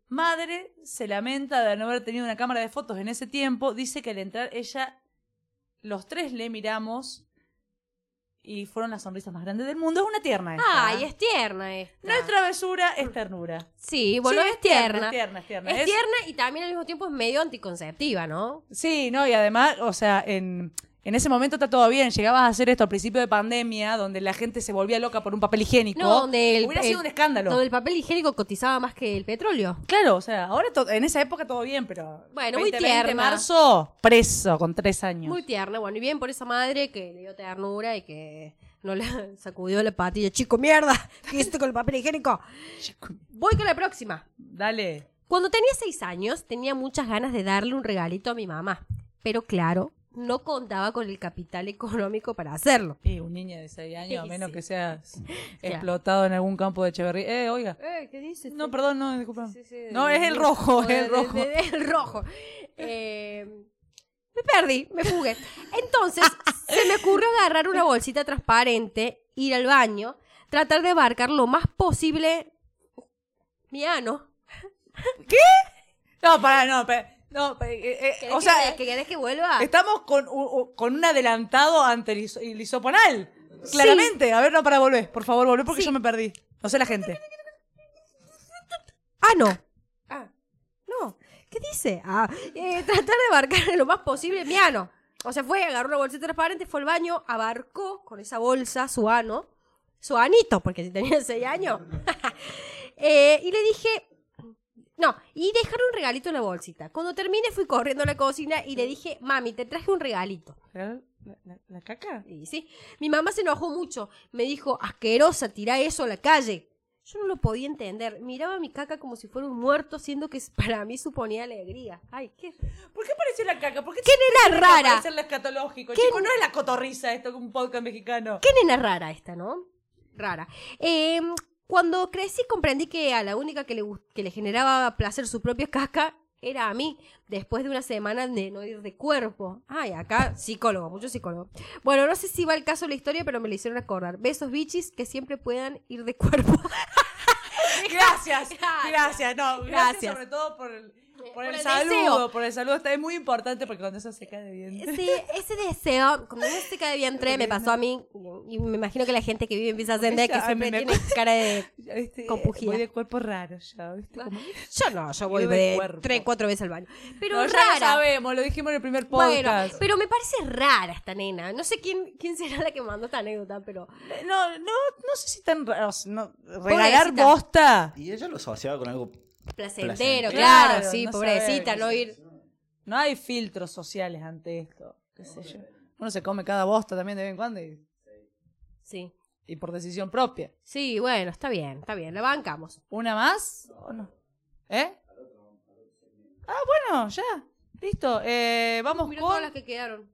Speaker 1: Madre se lamenta de no haber tenido una cámara de fotos en ese tiempo. Dice que al entrar ella, los tres le miramos y fueron las sonrisas más grandes del mundo. Es una tierna esta. ¿eh?
Speaker 2: Ay, es tierna esta.
Speaker 1: No es travesura, es ternura.
Speaker 2: Sí, bueno,
Speaker 1: Sí,
Speaker 2: es tierna.
Speaker 1: Es tierna, es tierna.
Speaker 2: Es
Speaker 1: Es-
Speaker 2: tierna y también al mismo tiempo es medio anticonceptiva, ¿no?
Speaker 1: Sí, no, y además, o sea, en, en ese momento está todo bien. Llegabas a hacer esto al principio de pandemia, donde la gente se volvía loca por un papel higiénico.
Speaker 2: No, donde el,
Speaker 1: Hubiera
Speaker 2: el-
Speaker 1: sido un escándalo.
Speaker 2: Donde el papel higiénico cotizaba más que el petróleo.
Speaker 1: Claro, o sea, ahora to- en esa época todo bien, pero.
Speaker 2: Bueno, muy
Speaker 1: 20, 20
Speaker 2: tierna.
Speaker 1: marzo, preso con tres años.
Speaker 2: Muy tierna, bueno, y bien por esa madre que le dio ternura y que no le sacudió la patilla. Chico, mierda, ¿qué hiciste con el papel higiénico? Voy con la próxima.
Speaker 1: Dale.
Speaker 2: Cuando tenía seis años, tenía muchas ganas de darle un regalito a mi mamá. Pero claro, no contaba con el capital económico para hacerlo.
Speaker 1: Y un niño de 6 años, a
Speaker 2: Sí,
Speaker 1: menos
Speaker 2: sí.
Speaker 1: que seas explotado en algún campo de Echeverría. Eh, oiga.
Speaker 2: ¿Qué dices?
Speaker 1: No, perdón, no, disculpa.
Speaker 2: Sí, sí,
Speaker 1: No,
Speaker 2: de-
Speaker 1: es el
Speaker 2: de-
Speaker 1: rojo,
Speaker 2: o
Speaker 1: es
Speaker 2: de-
Speaker 1: el
Speaker 2: de-
Speaker 1: rojo.
Speaker 2: de- de- el rojo. Eh, me perdí, me fugué. Entonces, se me ocurrió agarrar una bolsita transparente, ir al baño, tratar de abarcar lo más posible mi ano.
Speaker 1: No, pará, no, pe- no, pe- eh, eh,
Speaker 2: ¿Querés
Speaker 1: o sea,
Speaker 2: que, querés que vuelva?
Speaker 1: estamos con, u- u- con un adelantado ante el iso- el isoponal. Claramente. A ver, no, para volver. Por favor, volver porque yo me perdí. No sé la gente.
Speaker 2: Ah, no. Ah, no. ¿Qué dice? Ah, eh, tratar de abarcar lo más posible mi ano. O sea, fue, agarró una bolsita transparente, fue al baño, abarcó con esa bolsa su ano, su anito, porque si tenía seis años. Eh, y le dije, no, y dejaron un regalito en la bolsita. Cuando terminé fui corriendo a la cocina y le dije, mami, te traje un regalito.
Speaker 1: ¿La, la- la caca?
Speaker 2: Y sí, mi mamá se enojó mucho. Me dijo, asquerosa, tira eso a la calle. Yo no lo podía entender. Miraba mi caca como si fuera un muerto, siendo que para mí suponía alegría. Ay, qué...
Speaker 1: ¿Por qué apareció la caca? ¿Por qué
Speaker 2: nena
Speaker 1: tiene que
Speaker 2: rara?
Speaker 1: aparecer lo escatológico,
Speaker 2: ¿Qué-
Speaker 1: chico? No es la cotorriza esto que un podcast mexicano.
Speaker 2: qué nena rara esta, ¿no? Rara. Eh, cuando crecí comprendí que a la única que le, gust- que le generaba placer su propia caca era a mí, después de una semana de no ir de cuerpo. Ay, acá psicólogo, mucho psicólogo. Bueno, no sé si va el caso de la historia, pero me lo hicieron acordar. Besos bichis que siempre puedan ir de cuerpo.
Speaker 1: Gracias,
Speaker 2: Gracias.
Speaker 1: gracias, no, gracias,
Speaker 2: Gracias. Eh,
Speaker 1: sobre todo por el, por
Speaker 2: Por
Speaker 1: el
Speaker 2: el
Speaker 1: saludo,
Speaker 2: deseo.
Speaker 1: por el saludo, está es muy importante porque cuando eso se cae de bien.
Speaker 2: Sí, ese deseo, cuando uno se cae bien entre, me pasó a mí, y me imagino que la gente que vive en Villa Allende,
Speaker 1: Ella,
Speaker 2: que
Speaker 1: ay,
Speaker 2: siempre
Speaker 1: me- me-
Speaker 2: tiene cara de...
Speaker 1: Este,
Speaker 2: Compugía.
Speaker 1: voy de cuerpo raro ya, ¿viste? Como-
Speaker 2: Yo no, yo voy
Speaker 1: Yo de
Speaker 2: de
Speaker 1: cuerpo.
Speaker 2: tres, cuatro veces al baño. Pero
Speaker 1: No, ya
Speaker 2: rara.
Speaker 1: lo sabemos, lo dijimos en el primer
Speaker 2: Bueno,
Speaker 1: podcast.
Speaker 2: pero me parece rara esta nena. No sé quién, quién será la que mandó esta anécdota, pero.
Speaker 1: Eh, no, no, no sé si tan raro, no, regalar
Speaker 2: Pobrecita.
Speaker 1: bosta.
Speaker 3: Y ella lo asociaba con algo.
Speaker 2: Placentero,
Speaker 3: Placentero.
Speaker 2: claro,
Speaker 1: Claro,
Speaker 2: sí,
Speaker 1: no
Speaker 2: pobrecita,
Speaker 1: sabe.
Speaker 2: no ir.
Speaker 1: No hay filtros sociales ante esto, qué sé yo. Uno se come cada bosta también de vez en cuando y,
Speaker 2: Sí.
Speaker 1: y por decisión propia.
Speaker 2: Sí, bueno, está bien, está bien, la bancamos.
Speaker 1: ¿Una más o no? ¿Eh? Ah, bueno, ya. Listo. Eh, vamos
Speaker 2: Mirá
Speaker 1: con...
Speaker 2: todas las que quedaron.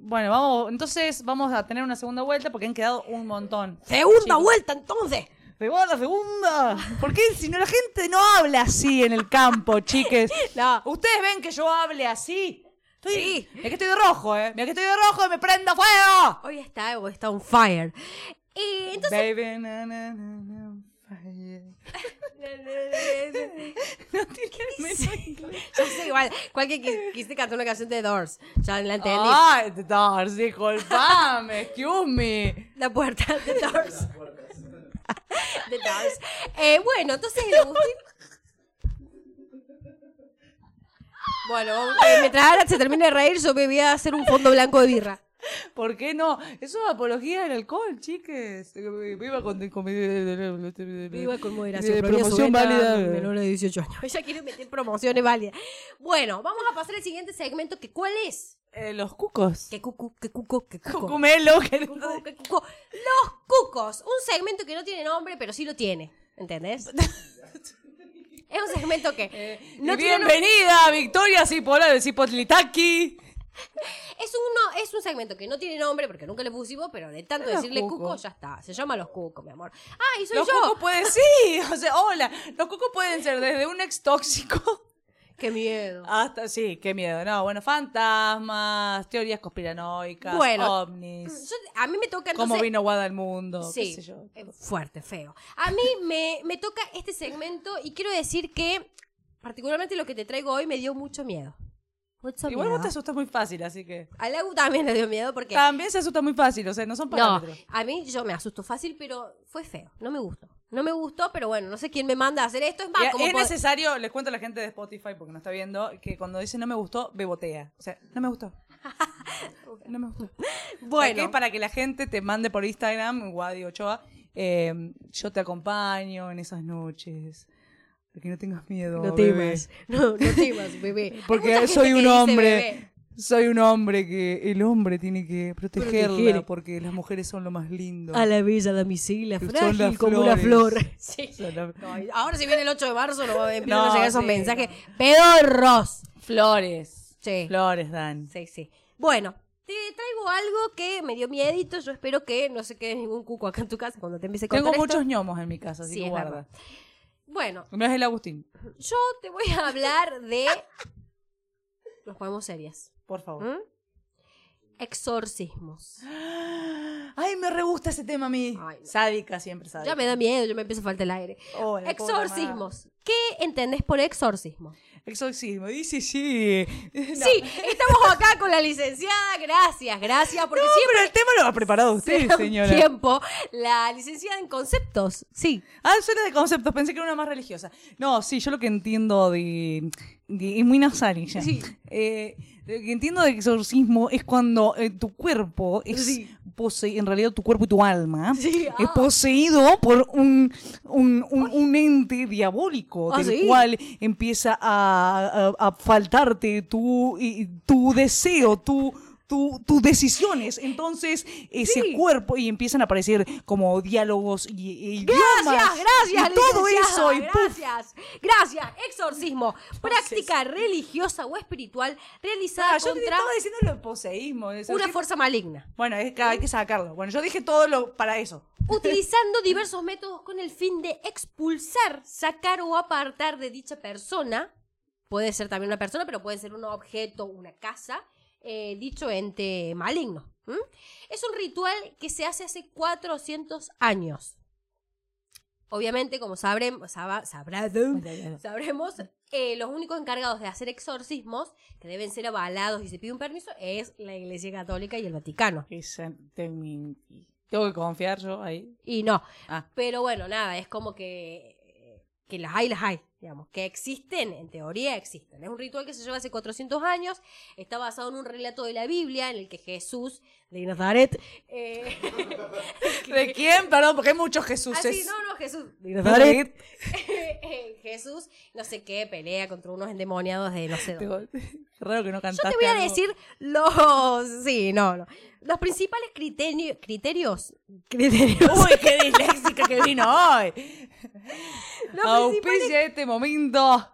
Speaker 1: Bueno, vamos, entonces vamos a tener una segunda vuelta porque han quedado un montón.
Speaker 2: ¡Segunda
Speaker 1: Chicos.
Speaker 2: vuelta entonces!
Speaker 1: Segunda, segunda. ¿Por qué si no la gente no habla así en el campo, chiques?
Speaker 2: No.
Speaker 1: Ustedes ven que yo hable así. Estoy,
Speaker 2: Sí.
Speaker 1: Mira que estoy de rojo, eh. Mira que estoy de rojo y me prendo fuego.
Speaker 2: Hoy está, hoy está on fire. Y entonces.
Speaker 1: Baby, na, na, na, na, fire. No tiene el menor inglés.
Speaker 2: Yo sé igual, cualquier que quisiste cantar una canción de Doors. Ya la entendí.
Speaker 1: Ay, Dars, disculpame, excuse me.
Speaker 2: La puerta de Tars. De Tars. Eh, bueno, entonces el Agustín. Bueno, vamos- eh, mientras Ara se termine de reír, yo me voy a hacer un fondo blanco de birra.
Speaker 1: ¿Por qué no? Eso es apología del alcohol, chiques. Eh, Viva con, con-
Speaker 2: Viva con moderación.
Speaker 1: Eh,
Speaker 2: prohibida su
Speaker 1: promoción
Speaker 2: venta
Speaker 1: válida.
Speaker 2: a Menores de 18 años. Ella quiere meter promociones válidas. Bueno, vamos a pasar al siguiente segmento, que ¿cuál es?
Speaker 1: Eh, los cucos.
Speaker 2: Que cucu, que cuco, que cuco.
Speaker 1: Cucumelo. que-
Speaker 2: Cucu, que cuco. Los cucos. Un segmento que no tiene nombre, pero sí lo tiene. ¿Entendés? Es un segmento que no
Speaker 1: Eh, Y
Speaker 2: tiene nombre.
Speaker 1: bienvenida, Victoria Cipola de Cipotlitaki.
Speaker 2: Es, uno, es un segmento que no tiene nombre porque nunca le pusimos, pero de tanto
Speaker 1: Los
Speaker 2: decirle
Speaker 1: cucos.
Speaker 2: cuco, ya está. Se llama Los Cucos, mi amor. Ah, y soy
Speaker 1: los
Speaker 2: yo.
Speaker 1: cucos pueden, sí, o sea, hola, los cucos pueden ser desde un ex tóxico
Speaker 2: Qué miedo.
Speaker 1: hasta, sí, qué miedo, no, bueno, fantasmas, teorías conspiranoicas,
Speaker 2: Bueno,
Speaker 1: ovnis,
Speaker 2: Mm, Yo- a mí me toca entonces...
Speaker 1: cómo vino Guada al mundo,
Speaker 2: Sí,
Speaker 1: qué sé yo.
Speaker 2: eh, fuerte, feo. A mí me, me toca este segmento y quiero decir que particularmente lo que te traigo hoy me dio mucho miedo. Mucho
Speaker 1: Igual vos
Speaker 2: miedo.
Speaker 1: te asustas Ah, muy fácil, así que...
Speaker 2: A Lagu también le dio miedo porque...
Speaker 1: También se asusta muy fácil, o sea, no son
Speaker 2: No,
Speaker 1: parámetros.
Speaker 2: a mí yo me asusto fácil, pero fue feo. No me gustó. No me gustó, pero bueno, no sé quién me manda a hacer esto. Es más,
Speaker 1: Y
Speaker 2: como
Speaker 1: Eh, es
Speaker 2: pod-
Speaker 1: necesario, les cuento a la gente de Spotify porque no está viendo, que cuando dice no me gustó, bebotea. O sea, no me gustó. No me gustó.
Speaker 2: Bueno.
Speaker 1: Porque es para que la gente te mande por Instagram, Wadi Ochoa, eh, yo te acompaño en esas noches. Porque no tengas miedo.
Speaker 2: No
Speaker 1: bebé.
Speaker 2: temas. No, no temas, bebé. Hay mucha
Speaker 1: Porque
Speaker 2: gente
Speaker 1: soy
Speaker 2: que
Speaker 1: un
Speaker 2: dice
Speaker 1: hombre.
Speaker 2: bebé.
Speaker 1: Soy un hombre que el hombre tiene que protegerla
Speaker 2: Proteger.
Speaker 1: porque las mujeres son lo más lindo.
Speaker 2: A la bella damisela,
Speaker 1: Que son
Speaker 2: frágil
Speaker 1: las
Speaker 2: como una flor.
Speaker 1: flores.
Speaker 2: Sí.
Speaker 1: Son la-
Speaker 2: Ay, Ahora si viene el 8 de marzo, no, empiezan
Speaker 1: No,
Speaker 2: a llegar esos
Speaker 1: sí,
Speaker 2: mensajes. ¡Pedorros!
Speaker 1: Flores.
Speaker 2: Sí.
Speaker 1: Flores, Dan.
Speaker 2: Sí, sí. Bueno, te traigo algo que me dio miedito. Yo espero que no se quede ningún cuco acá en tu casa cuando te empiece a
Speaker 1: Tengo
Speaker 2: contar esto.
Speaker 1: muchos ñomos en mi casa, así
Speaker 2: Sí,
Speaker 1: que
Speaker 2: es
Speaker 1: guarda.
Speaker 2: verdad. Bueno,
Speaker 1: No es el Agustín,
Speaker 2: yo te voy a hablar de... Nos ponemos serias.
Speaker 1: por favor.
Speaker 2: ¿m? Exorcismos.
Speaker 1: Ay, me re gusta ese tema a mí.
Speaker 2: ¿Ah? Ay, no.
Speaker 1: Sádica siempre, sádica.
Speaker 2: Ya me da miedo, yo me empiezo a faltar el aire.
Speaker 1: Oh, la puta madre.
Speaker 2: Exorcismos. ¿Qué entendés por exorcismo?
Speaker 1: Exorcismo, dice sí. No.
Speaker 2: Sí, estamos acá con la licenciada. Gracias, gracias. Porque
Speaker 1: No, pero el tema lo ha preparado
Speaker 2: siempre
Speaker 1: usted,
Speaker 2: se da un
Speaker 1: señora.
Speaker 2: tiempo. La licenciada en conceptos. Sí.
Speaker 1: Ah, yo era de conceptos, pensé que era una más religiosa. No, sí, yo lo que entiendo de. de- es muy nasal ya.
Speaker 2: Sí.
Speaker 1: Eh, lo que entiendo de exorcismo es cuando eh, tu cuerpo es.
Speaker 2: Sí.
Speaker 1: pose- en realidad tu cuerpo y tu alma.
Speaker 2: Sí, ah.
Speaker 1: Es poseído por un, un, un- un ente diabólico,
Speaker 2: Ah,
Speaker 1: del
Speaker 2: sí.
Speaker 1: cual empieza a, a- a faltarte tu, y- tu deseo, tu. tu- tus decisiones, entonces ese
Speaker 2: Sí.
Speaker 1: cuerpo y empiezan a aparecer como diálogos y, y
Speaker 2: Gracias,
Speaker 1: idiomas,
Speaker 2: gracias,
Speaker 1: y todo
Speaker 2: licenciada,
Speaker 1: eso y puf,
Speaker 2: gracias, gracias. Exorcismo, práctica religiosa o espiritual realizada
Speaker 1: Ah, yo te
Speaker 2: contra
Speaker 1: estaba diciendo lo del poseísmo. eso,
Speaker 2: una
Speaker 1: ¿sí?
Speaker 2: fuerza maligna,
Speaker 1: Bueno, es que hay que sacarlo. Bueno, yo dije todo lo para eso.
Speaker 2: utilizando diversos métodos con el fin de expulsar, sacar o apartar de dicha persona. Puede ser también una persona, pero puede ser un objeto, una casa, eh, dicho ente maligno. ¿m? Es un ritual que se hace hace 400 años. Obviamente, como sabremos, saba- sabrá, Sabremos, eh, los únicos encargados de hacer exorcismos, que deben ser avalados y se pide un permiso, es la Iglesia Católica y el Vaticano.
Speaker 1: Esa- te mentí. Tengo que confiar yo ahí.
Speaker 2: Y no,
Speaker 1: Ah.
Speaker 2: pero bueno, nada, es como que, que las hay, las hay, digamos, que existen, en teoría existen. Es un ritual que se lleva hace 400 años, está basado en un relato de la Biblia en el que Jesús de Nazaret... eh,
Speaker 1: ¿De quién? Perdón, porque hay muchos Jesuses.
Speaker 2: así, no, no, Jesús de Nazaret. eh,
Speaker 1: Nazaret.
Speaker 2: Jesús, no sé qué, pelea contra unos endemoniados de no sé dónde.
Speaker 1: Digo, qué Raro que no
Speaker 2: Yo
Speaker 1: cantaste.
Speaker 2: te voy a
Speaker 1: algo.
Speaker 2: decir los. Sí, no, no. Los principales criterio- criterios. Criterios.
Speaker 1: Uy, qué disléxica que vino hoy.
Speaker 2: Los principales,
Speaker 1: Auspicia este momento.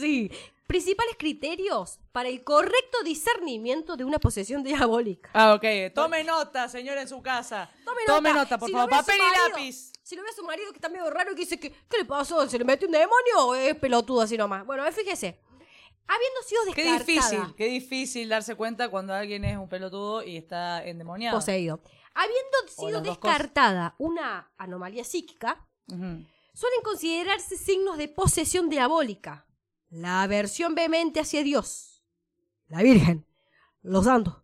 Speaker 2: sí, principales criterios para el correcto discernimiento de una posesión diabólica.
Speaker 1: Ah, ok. Tome nota, señora en su casa. Tome nota, por
Speaker 2: Si lo
Speaker 1: favor.
Speaker 2: ve a su
Speaker 1: Papel y
Speaker 2: marido-
Speaker 1: lápiz.
Speaker 2: Si lo ve a su marido que está medio raro y que dice que, ¿qué le pasó? ¿Se le metió un demonio o es pelotudo así nomás? Bueno, a ver, fíjese. Habiendo sido
Speaker 1: Qué
Speaker 2: descartada.
Speaker 1: difícil, qué difícil darse cuenta cuando alguien es un pelotudo y está endemoniado.
Speaker 2: Poseído. Habiendo
Speaker 1: O
Speaker 2: sido
Speaker 1: las dos cosas.
Speaker 2: descartada una anomalía psíquica,
Speaker 1: Ujú.
Speaker 2: suelen considerarse signos de posesión diabólica. La aversión vehemente hacia Dios, la Virgen, los santos,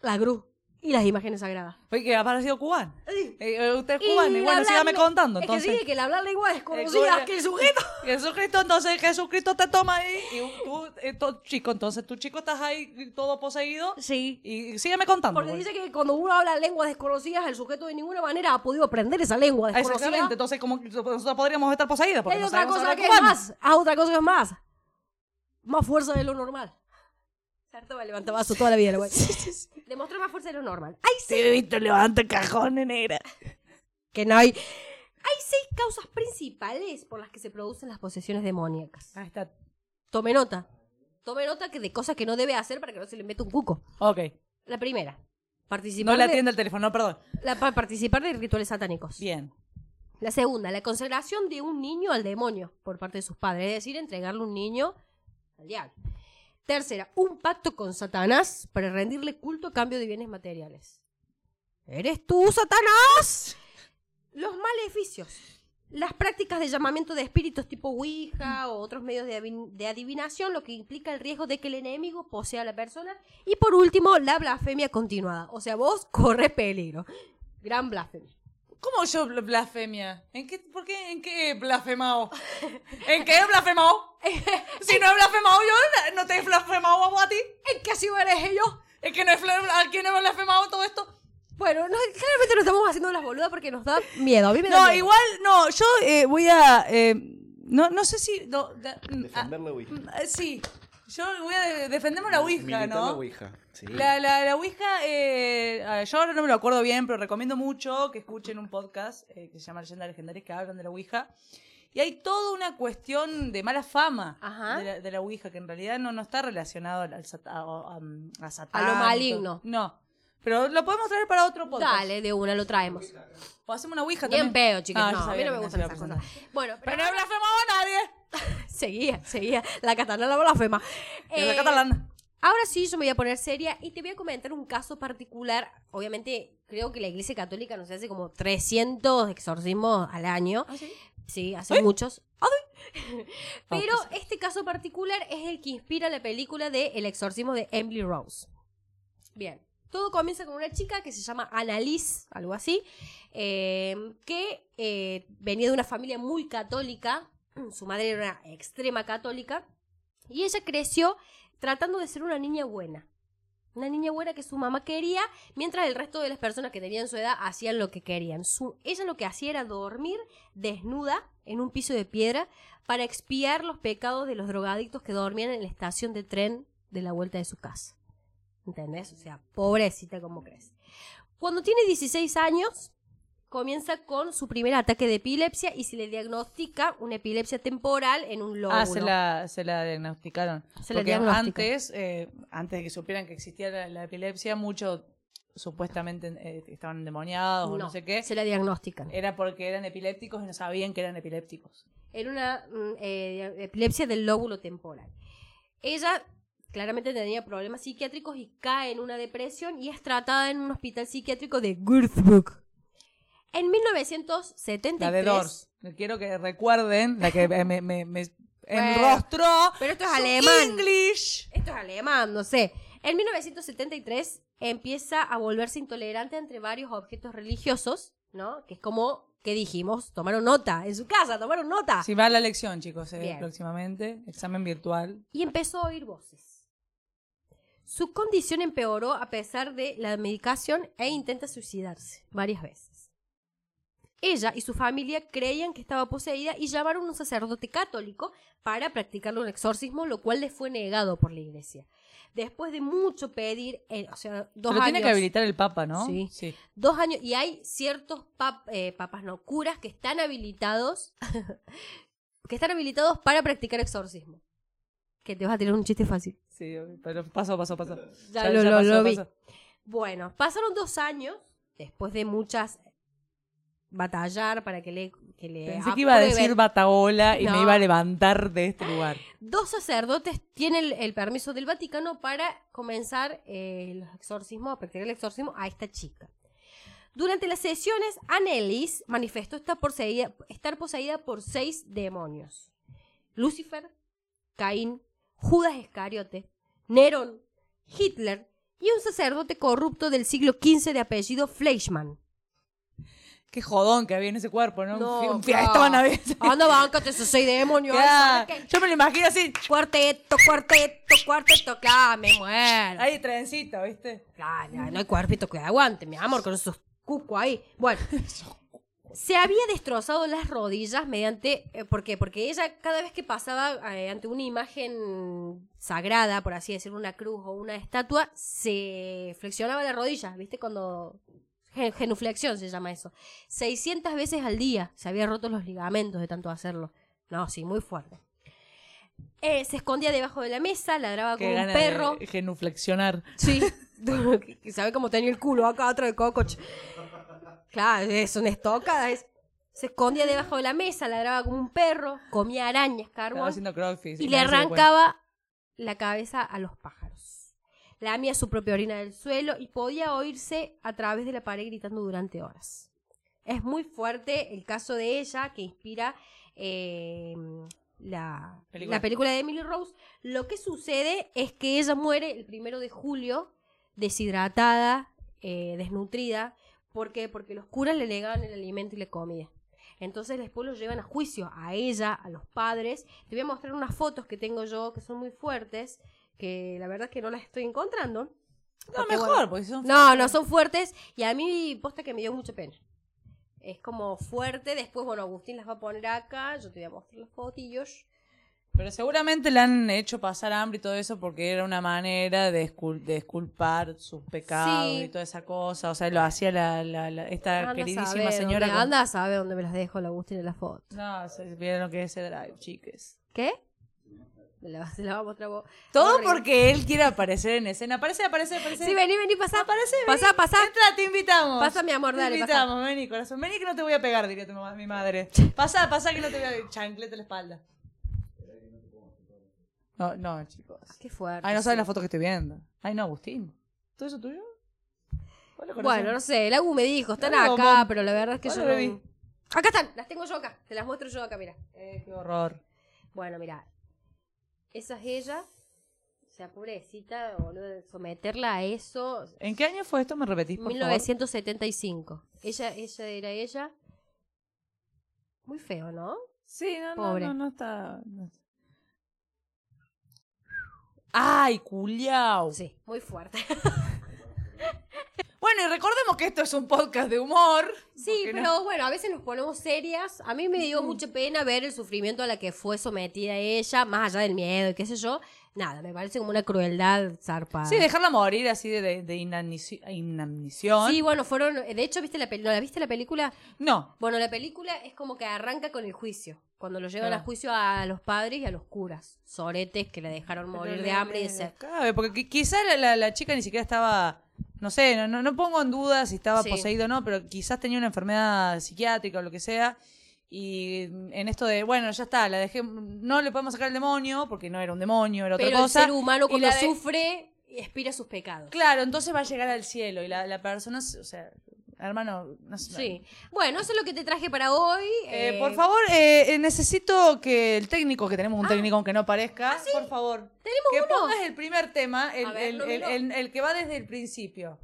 Speaker 2: la cruz y las imágenes sagradas.
Speaker 1: Oye, que ha parecido cubano.
Speaker 2: Sí.
Speaker 1: Eh, usted es
Speaker 2: Y
Speaker 1: cubano, y bueno,
Speaker 2: hablar-
Speaker 1: sígame contando.
Speaker 2: Es
Speaker 1: Entonces,
Speaker 2: que sí, que el hablar lengua desconocida,
Speaker 1: Recuerda-
Speaker 2: que el sujeto...
Speaker 1: Jesucristo, entonces Jesucristo te toma ahí y tú, eh, to- chico, entonces tu chico estás ahí todo poseído
Speaker 2: Sí.
Speaker 1: y sígueme contando. pues.
Speaker 2: Porque
Speaker 1: güey.
Speaker 2: dice que cuando uno habla lenguas desconocidas, el sujeto de ninguna manera ha podido aprender esa lengua
Speaker 1: Ah,
Speaker 2: desconocida.
Speaker 1: Exactamente, entonces como que nosotros podríamos estar poseídos
Speaker 2: Hay
Speaker 1: porque no
Speaker 2: otra
Speaker 1: sabemos
Speaker 2: cosa
Speaker 1: hablar
Speaker 2: que es
Speaker 1: cubano.
Speaker 2: más. Ah, otra cosa que es más. Más fuerza de lo normal. Sarto va a levantar vaso toda la vida, güey. Demostró más fuerza de lo normal. Hay
Speaker 1: Te he visto levanta cajones, negra.
Speaker 2: que no hay. Hay seis causas principales por las que se producen las posesiones demoníacas.
Speaker 1: Ahí está.
Speaker 2: Tome nota. Tome nota que de cosas que no debe hacer para que no se le meta un cuco.
Speaker 1: Ok.
Speaker 2: La primera.
Speaker 1: No
Speaker 2: Participar,
Speaker 1: le
Speaker 2: de-
Speaker 1: atienda el teléfono, no, perdón.
Speaker 2: la- pa- participar de rituales satánicos.
Speaker 1: Bien.
Speaker 2: La segunda, la consagración de un niño al demonio por parte de sus padres, es decir, entregarle un niño al diablo. Tercera, un pacto con Satanás para rendirle culto a cambio de bienes materiales. ¿Eres tú, Satanás? Los maleficios. Las prácticas de llamamiento de espíritus tipo Ouija o otros medios de, adivin- de adivinación, lo que implica el riesgo de que el enemigo posea a la persona. Y por último, la blasfemia continuada. O sea, vos corres peligro. Gran blasfemia.
Speaker 1: ¿Cómo yo bl- blasfemia? ¿En qué, ¿Por qué? ¿En qué he blasfemado? ¿En qué he blasfemado? Si no he blasfemado yo, ¿no te he blasfemado a vos a ti?
Speaker 2: ¿En qué así eres ellos?
Speaker 1: ¿Es que no he, fla- ¿a quién he blasfemado todo esto?
Speaker 2: Bueno, no, claramente nos estamos haciendo las boludas porque nos da miedo. A mí me da
Speaker 1: No,
Speaker 2: miedo.
Speaker 1: igual, no, yo eh, voy a... eh, no, no sé si... no, da- mm, ah,
Speaker 3: Defender la Ouija.
Speaker 1: mm, ah, sí, yo voy a de- defendemos la Ouija,
Speaker 3: Militar la
Speaker 1: ¿no?
Speaker 3: Ouija. Sí.
Speaker 1: La, la, la Ouija, eh, a ver, yo ahora no me lo acuerdo bien, pero recomiendo mucho que escuchen un podcast eh, que se llama Leyendas Legendarias que hablan de la Ouija. Y hay toda una cuestión de mala fama
Speaker 2: Ajá.
Speaker 1: de la, de la Ouija, que en realidad no, no está relacionado al, al sat- a, a- um, a Satán.
Speaker 2: A lo maligno.
Speaker 1: No. Pero lo podemos traer para otro podcast.
Speaker 2: Dale, de una lo traemos.
Speaker 1: O hacemos una Ouija
Speaker 2: Ni en
Speaker 1: también.
Speaker 2: pedo, chicos.
Speaker 1: Ah,
Speaker 2: no,
Speaker 1: yo
Speaker 2: a mí
Speaker 1: sabía
Speaker 2: no
Speaker 1: que
Speaker 2: me gustan
Speaker 1: iba a
Speaker 2: esas
Speaker 1: pasar
Speaker 2: cosas. Bueno,
Speaker 1: nada. Pero no blasfemamos a nadie.
Speaker 2: seguía, seguía. La catalana la blasfema.
Speaker 1: Que
Speaker 2: Eh,
Speaker 1: la catalana.
Speaker 2: Ahora sí, yo me voy a poner seria y te voy a comentar un caso particular. Obviamente, creo que la Iglesia Católica nos hace como 300 exorcismos al año. ¿Ah, Sí, hace muchos. ¡Ay! Pero este caso particular es el que inspira la película de El exorcismo de Emily Rose. Bien. Todo comienza con una chica que se llama Annalise, algo así, eh, que eh, venía de una familia muy católica. Su madre era una extrema católica. Y ella creció tratando de ser una niña buena. Una niña buena que su mamá quería, mientras el resto de las personas que tenían su edad hacían lo que querían. Su- ella lo que hacía era dormir desnuda en un piso de piedra para expiar los pecados de los drogadictos que dormían en la estación de tren de la vuelta de su casa. ¿Entendés? O sea, pobrecita como crees. Cuando tiene 16 años, comienza con su primer ataque de epilepsia y se le diagnostica una epilepsia temporal en un lóbulo.
Speaker 1: Ah, se la, se la diagnosticaron.
Speaker 2: Se la
Speaker 1: Porque
Speaker 2: diagnostican.
Speaker 1: antes, eh, antes de que supieran que existía la, la epilepsia, muchos supuestamente eh, estaban endemoniados o no sé qué.
Speaker 2: Se la diagnostican.
Speaker 1: Era porque eran epilépticos y no sabían que eran epilépticos.
Speaker 2: Era una mm, eh, epilepsia del lóbulo temporal. Ella claramente tenía problemas psiquiátricos y cae en una depresión y es tratada en un hospital psiquiátrico de Würzburg. En 1973.
Speaker 1: La de Dors. Quiero que recuerden, la que eh, me, me- me enrostró.
Speaker 2: Pero esto es
Speaker 1: su
Speaker 2: alemán.
Speaker 1: English.
Speaker 2: Esto es alemán, no sé. En 1973 empieza a volverse intolerante entre varios objetos religiosos, ¿no? Que es como, que dijimos? Tomaron nota en su casa, tomaron nota.
Speaker 1: Si va la lección, chicos, eh,
Speaker 2: Ah. Bien.
Speaker 1: próximamente. Examen virtual.
Speaker 2: y empezó a oír voces. Su condición empeoró a pesar de la medicación e intenta suicidarse varias veces. Ella y su familia creían que estaba poseída y llamaron a un sacerdote católico para practicarle un exorcismo, lo cual le fue negado por la iglesia. Después de mucho pedir, eh, o sea, dos
Speaker 1: Pero tiene
Speaker 2: años-
Speaker 1: que habilitar el Papa, ¿no?
Speaker 2: Sí. dos años y hay ciertos pap- eh, papas no curas que están habilitados que están habilitados para practicar exorcismo que te vas a tirar un chiste fácil
Speaker 1: Sí, pero paso, paso, paso.
Speaker 2: Ya lo- lo-
Speaker 1: pasó,
Speaker 2: lo vi.
Speaker 1: pasó.
Speaker 2: bueno pasaron dos años después de muchas batallar para que le que le
Speaker 1: Pensé que iba a decir
Speaker 2: aprueben.
Speaker 1: bataola y
Speaker 2: Eh, ah, No.
Speaker 1: me iba a levantar de este lugar.
Speaker 2: dos sacerdotes tienen el, el permiso del Vaticano para comenzar eh, los exorcismos, a practicar el exorcismo a esta chica. Durante las sesiones, Annelies manifestó estar poseída, estar poseída por seis demonios. Lucifer, Caín, Judas Iscariote, Nerón, Hitler y un sacerdote corrupto del siglo XV de apellido Fleischmann.
Speaker 1: Qué jodón que había en ese cuerpo, ¿no?
Speaker 2: No, Ah,
Speaker 1: un, fie-
Speaker 2: claro.
Speaker 1: un fiestón había.
Speaker 2: Anda, bancate esos seis demonios. ay,
Speaker 1: Claro.
Speaker 2: ¿sabes qué?
Speaker 1: Yo me lo imagino así.
Speaker 2: Cuarteto, cuarteto, cuarteto, claro, me muero.
Speaker 1: Ahí, trencito, ¿viste?
Speaker 2: Ah, no, no hay cuerpito que aguante, mi amor, con esos cucos ahí. Bueno, se había destrozado las rodillas mediante... eh, ¿Por qué? Porque ella cada vez que pasaba eh, ante una imagen sagrada, por así decirlo, una cruz o una estatua, se flexionaba las rodillas, ¿viste? Cuando... gen- Genuflexión se llama eso. 600 veces al día se había roto los ligamentos de tanto hacerlo. No, sí, muy fuerte. Eh, se escondía debajo de la mesa, ladraba
Speaker 1: Qué
Speaker 2: como un
Speaker 1: gana de
Speaker 2: perro.
Speaker 1: genuflexionar.
Speaker 2: Sí, que sabe cómo tenía el culo acá otro de cococh. Claro, es una estocada. es- se escondía debajo de la mesa, ladraba como un perro, comía arañas,
Speaker 1: Estaba
Speaker 2: carbón,
Speaker 1: haciendo crossfit.
Speaker 2: y le arrancaba la cabeza a los pájaros. Lamía su propia orina del suelo y podía oírse a través de la pared gritando durante horas. Es muy fuerte el caso de ella que inspira eh, la,
Speaker 1: Película.
Speaker 2: la película de Emily Rose. Lo que sucede es que ella muere el primero de julio, deshidratada, eh, desnutrida. ¿Por qué? Porque los curas le negaban el alimento y la comida. Entonces después los llevan a juicio, a ella, a los padres. Te voy a mostrar unas fotos que tengo yo que son muy fuertes, que la verdad es que no las estoy encontrando.
Speaker 1: No,
Speaker 2: Porque,
Speaker 1: mejor,
Speaker 2: bueno,
Speaker 1: porque son.
Speaker 2: no, no son fuertes y a mí posta que me dio mucha pena. Es como fuerte, después, bueno, Agustín las va a poner acá, yo te voy a mostrar las fotillos.
Speaker 1: Pero seguramente le han hecho pasar hambre y todo eso porque era una manera de, escul- de esculpar sus pecados
Speaker 2: Sí.
Speaker 1: y toda esa cosa. O sea, lo hacía la, la- la- esta
Speaker 2: Anda a saber
Speaker 1: queridísima
Speaker 2: dónde-
Speaker 1: señora. con-
Speaker 2: Anda a saber dónde me las dejo, la Agustín, en las fotos.
Speaker 1: No, se vieron lo que es el drive, chiques.
Speaker 2: ¿Qué? Me la, se la va a mostrar vos.
Speaker 1: Todo
Speaker 2: Horrible.
Speaker 1: porque él quiere aparecer en escena. Aparece, aparece, aparece.
Speaker 2: Sí, vení, vení, pasá.
Speaker 1: Aparece, vení.
Speaker 2: pasá, pasá.
Speaker 1: Entra, te invitamos.
Speaker 2: Pasa, mi amor,
Speaker 1: te
Speaker 2: dale, pasá.
Speaker 1: invitamos, vení, corazón. Vení que no te voy a pegar, diría tu mamá- mi madre. Pasa, pasa que no te voy a chanclete la espalda. No, no, chicos.
Speaker 2: Ah, Qué fuerte.
Speaker 1: Ay, no
Speaker 2: sí.
Speaker 1: saben la foto que estoy viendo. Ay, no, Agustín. ¿Todo eso tuyo? Hola, corazón.
Speaker 2: Bueno, no sé, el Agu me dijo, están
Speaker 1: Hola,
Speaker 2: acá,
Speaker 1: bombón.
Speaker 2: pero la verdad es que
Speaker 1: Hola,
Speaker 2: yo no...
Speaker 1: baby.
Speaker 2: Acá están, las tengo yo acá, te las muestro yo acá, mira.
Speaker 1: Eh, qué horror.
Speaker 2: Bueno, mira, esa es ella, o sea, pobrecita, boludo, someterla a eso,
Speaker 1: ¿En qué año fue esto? ¿Me repetís, por favor?
Speaker 2: 1975. Ella, ella era ella. Muy feo, ¿no?
Speaker 1: Sí, no,
Speaker 2: Pobre.
Speaker 1: no, no, no está... no. Ay, culiao.
Speaker 2: Sí, muy fuerte.
Speaker 1: Bueno, y recordemos que esto es un podcast de humor.
Speaker 2: Sí,
Speaker 1: porque
Speaker 2: pero bueno, a veces nos ponemos serias. A mí me dio mucha pena ver el sufrimiento a la que fue sometida ella, más allá del miedo y qué sé yo. Nada, me parece como una crueldad zarpada.
Speaker 1: no- Sí, dejarla morir así de, de, de inanici- inanición.
Speaker 2: Sí, bueno, fueron. De hecho, ¿viste la, peli- ¿no la viste la película?
Speaker 1: No.
Speaker 2: Bueno, la película es como que arranca con el juicio. Cuando lo llevan
Speaker 1: Claro.
Speaker 2: a juicio a los padres y a los curas. Soretes que la dejaron morir de hambre y de sed.
Speaker 1: Cabe, porque qui- quizá la, la- la chica ni siquiera estaba, no sé, no, no, no pongo en duda si estaba
Speaker 2: Sí.
Speaker 1: poseída o no, pero quizás tenía una enfermedad psiquiátrica o lo que sea. Y en esto de, bueno, ya está, la dejé, no le podemos sacar el demonio, porque no era un demonio, era
Speaker 2: Pero
Speaker 1: otra cosa.
Speaker 2: el ser humano
Speaker 1: y
Speaker 2: cuando
Speaker 1: la de-
Speaker 2: sufre, expira sus pecados.
Speaker 1: Claro, entonces va a llegar al cielo y la, la persona, o sea, hermano, no sé.
Speaker 2: Sí. Bueno, eso es lo que te traje para hoy.
Speaker 1: Eh,
Speaker 2: eh,
Speaker 1: por favor, eh, eh, necesito que el técnico, que tenemos un técnico aunque no parezca, por favor,
Speaker 2: Ah. ¿Tenemos
Speaker 1: que
Speaker 2: uno?
Speaker 1: pongas el primer tema, el,
Speaker 2: A ver,
Speaker 1: el-
Speaker 2: lo
Speaker 1: el-
Speaker 2: miro.
Speaker 1: el- el que va desde el principio.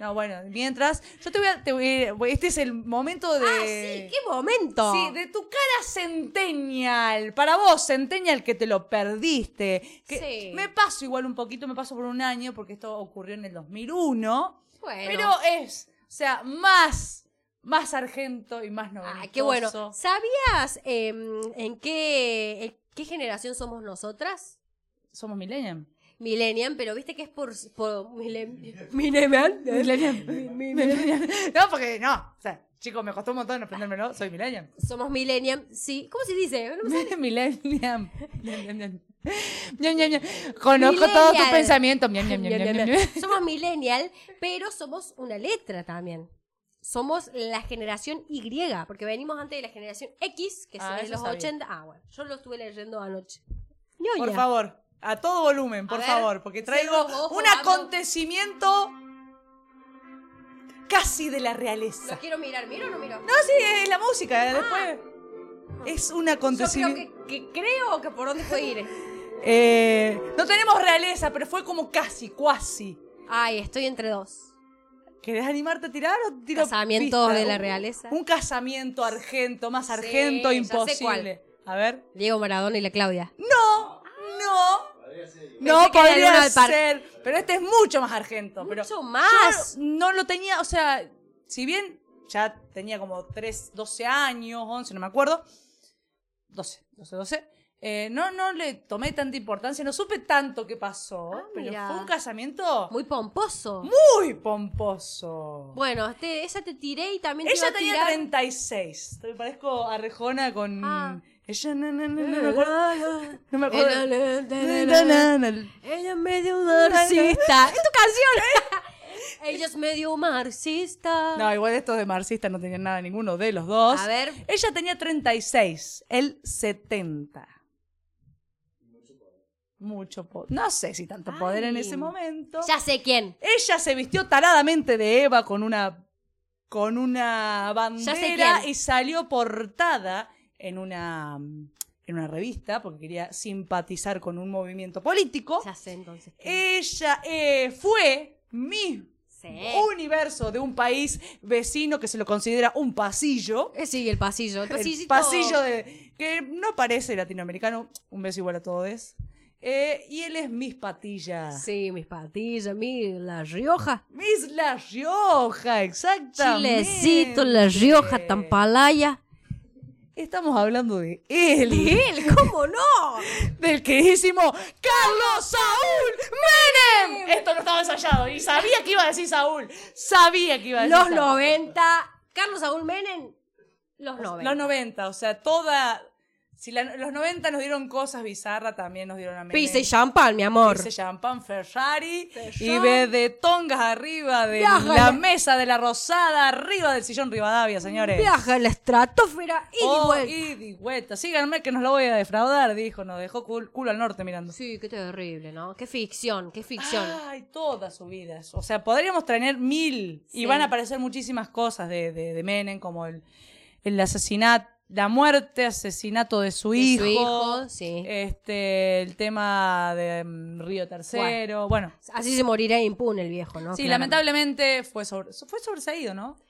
Speaker 1: No, bueno, mientras, yo te voy a... te voy a- este es el momento de...
Speaker 2: Ah, sí, qué momento.
Speaker 1: Este, Sí, de tu cara centennial. Para vos, centennial, que te lo perdiste. Que
Speaker 2: Sí.
Speaker 1: Me paso igual un poquito, me paso por un año, porque esto ocurrió en el 2001.
Speaker 2: Bueno.
Speaker 1: Pero es, o sea, más, más sargento y más noventoso.
Speaker 2: Ah, qué bueno. ¿Sabías eh, en qué, en qué generación somos nosotras?
Speaker 1: Somos millennium.
Speaker 2: Millennium, pero viste que es por... por millen- millennial. ¿eh? Mi- mi-
Speaker 1: No, porque no. O sea, chicos, me costó un montón aprendérmelo. Soy millennium.
Speaker 2: Somos millennium, sí. ¿Cómo se dice? No me sale.
Speaker 1: millennium. Ñam, ñam, ñam, ñam. Conozco todo tu
Speaker 2: Millennial.
Speaker 1: pensamiento. Ñam, ñam, ñam, ñam, ñam, ñam.
Speaker 2: Somos millennial, pero somos una letra también. Somos la generación Y, porque venimos antes de la generación X, que
Speaker 1: Ah,
Speaker 2: son de
Speaker 1: eso
Speaker 2: los
Speaker 1: sabía.
Speaker 2: 80. Ah, bueno, yo lo estuve leyendo anoche.
Speaker 1: Por
Speaker 2: Ñoña.
Speaker 1: favor, a todo volumen,
Speaker 2: A
Speaker 1: por
Speaker 2: ver,
Speaker 1: favor, porque traigo
Speaker 2: cierro los ojos,
Speaker 1: un
Speaker 2: abro.
Speaker 1: acontecimiento casi de la realeza.
Speaker 2: Lo quiero mirar, ¿miro o no miro?
Speaker 1: No, sí, es la música, después. Es un
Speaker 2: Yo creo
Speaker 1: acontecimiento.
Speaker 2: que, que creo que por dónde puede ir.
Speaker 1: Eh, no tenemos realeza, pero fue como casi, cuasi.
Speaker 2: Ay, estoy entre dos.
Speaker 1: ¿Querés animarte a tirar o tiro
Speaker 2: Casamientos
Speaker 1: pista?
Speaker 2: de la
Speaker 1: Un-
Speaker 2: realeza.
Speaker 1: Un casamiento argento, más
Speaker 2: ya
Speaker 1: argento
Speaker 2: sé
Speaker 1: imposible. A ver.
Speaker 2: Diego Maradona y la Claudia.
Speaker 1: No, no. No
Speaker 2: Pensé que era de Luna
Speaker 1: podría
Speaker 2: del Parque.
Speaker 1: ser, pero este es mucho más argento. pero
Speaker 2: Mucho más.
Speaker 1: yo no lo tenía, o sea, si bien ya tenía como 3, 12 años, 11, no me acuerdo, 12, 12, 12, eh, no, no le tomé tanta importancia, no supe tanto qué pasó,
Speaker 2: Ah,
Speaker 1: pero
Speaker 2: mira.
Speaker 1: fue un casamiento muy,
Speaker 2: Muy pomposo.
Speaker 1: pomposo.
Speaker 2: Bueno, este, te- esa te tiré y también te iba
Speaker 1: Ella
Speaker 2: a
Speaker 1: tenía
Speaker 2: tirar.
Speaker 1: 36, me parezco a Rejona con
Speaker 2: Ah.
Speaker 1: Ella, na, na, na, no me acuerdo.
Speaker 2: Eh,
Speaker 1: No me acuerdo. Na,
Speaker 2: Ella
Speaker 1: na, na.
Speaker 2: me dio un marxista. ¡Es tu canción! Ella es medio marxista.
Speaker 1: No, igual estos de marxista no tenían nada ninguno de los dos.
Speaker 2: A ver.
Speaker 1: Ella tenía 36, él 70. Mucho poder. No sé si tanto poder en
Speaker 2: Ay.
Speaker 1: ese momento.
Speaker 2: Ya sé quién.
Speaker 1: Ella se vistió taradamente de Eva con una con una bandera
Speaker 2: quién.
Speaker 1: y salió portada en una en una revista porque quería simpatizar con un movimiento político.
Speaker 2: Ya sé entonces. quién.
Speaker 1: Ella eh, fue mi
Speaker 2: Sí.
Speaker 1: universo de un país vecino que se lo considera un pasillo.
Speaker 2: Eh, Sí, el pasillo. El, pasillito.
Speaker 1: El pasillo de, que no parece latinoamericano. Un beso igual a todos. Eh, y él es Miss Patilla.
Speaker 2: Sí, mis patillas, mi La Rioja.
Speaker 1: Miss La Rioja, exactamente.
Speaker 2: Chilecito, La Rioja, Tampalaya.
Speaker 1: Estamos hablando de él,
Speaker 2: él? ¿Cómo no?
Speaker 1: del queridísimo Carlos Saúl Menem. Esto no estaba ensayado y sabía que iba a decir Saúl. Sabía que iba a decir
Speaker 2: Los
Speaker 1: Saúl.
Speaker 2: 90. Carlos Saúl Menem. Los 90.
Speaker 1: Los 90, o sea, toda... Si la- los 90 nos dieron cosas bizarras, también nos dieron a Menem.
Speaker 2: Pizza y champán, mi amor.
Speaker 1: Dice champán Ferrari y
Speaker 2: Ferrari.
Speaker 1: ve de tongas arriba de
Speaker 2: Viaja
Speaker 1: la
Speaker 2: la-
Speaker 1: mesa de la rosada, arriba del sillón Rivadavia, señores.
Speaker 2: Viaja a la estratosfera y
Speaker 1: Oh,
Speaker 2: vuelta.
Speaker 1: ida y vuelta. Síganme que nos lo voy a defraudar, dijo. Nos dejó cul- culo al norte mirando.
Speaker 2: Sí, qué terrible, ¿no? Qué ficción, qué ficción.
Speaker 1: Ay, todas subidas. O sea, podríamos tener mil y
Speaker 2: Sí.
Speaker 1: van a aparecer muchísimas cosas de, de- de Menem, como el, el asesinato, la muerte, asesinato de su
Speaker 2: De su
Speaker 1: hijo.
Speaker 2: hijo, sí.
Speaker 1: Este, el tema de mm, Río Tercero. bueno
Speaker 2: Así se morirá impune el viejo, ¿no?
Speaker 1: Sí,
Speaker 2: Claramente.
Speaker 1: lamentablemente fue, sobre, fue sobreseído, ¿no?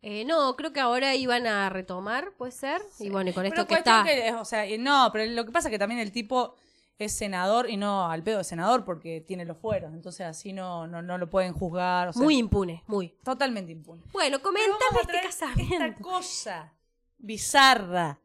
Speaker 2: Eh, no, creo que ahora iban a retomar, puede ser. Y bueno, y con
Speaker 1: Pero
Speaker 2: esto que
Speaker 1: cuestión
Speaker 2: está.
Speaker 1: que, o sea, y no, pero lo que pasa es que también el tipo es senador y no al pedo de senador porque tiene los fueros, entonces así no, no, no lo pueden juzgar. o sea,
Speaker 2: Muy impune, muy.
Speaker 1: Totalmente impune.
Speaker 2: Bueno,
Speaker 1: Pero vamos
Speaker 2: comentame
Speaker 1: a
Speaker 2: este
Speaker 1: traer Esta
Speaker 2: casamiento.
Speaker 1: cosa bizarra.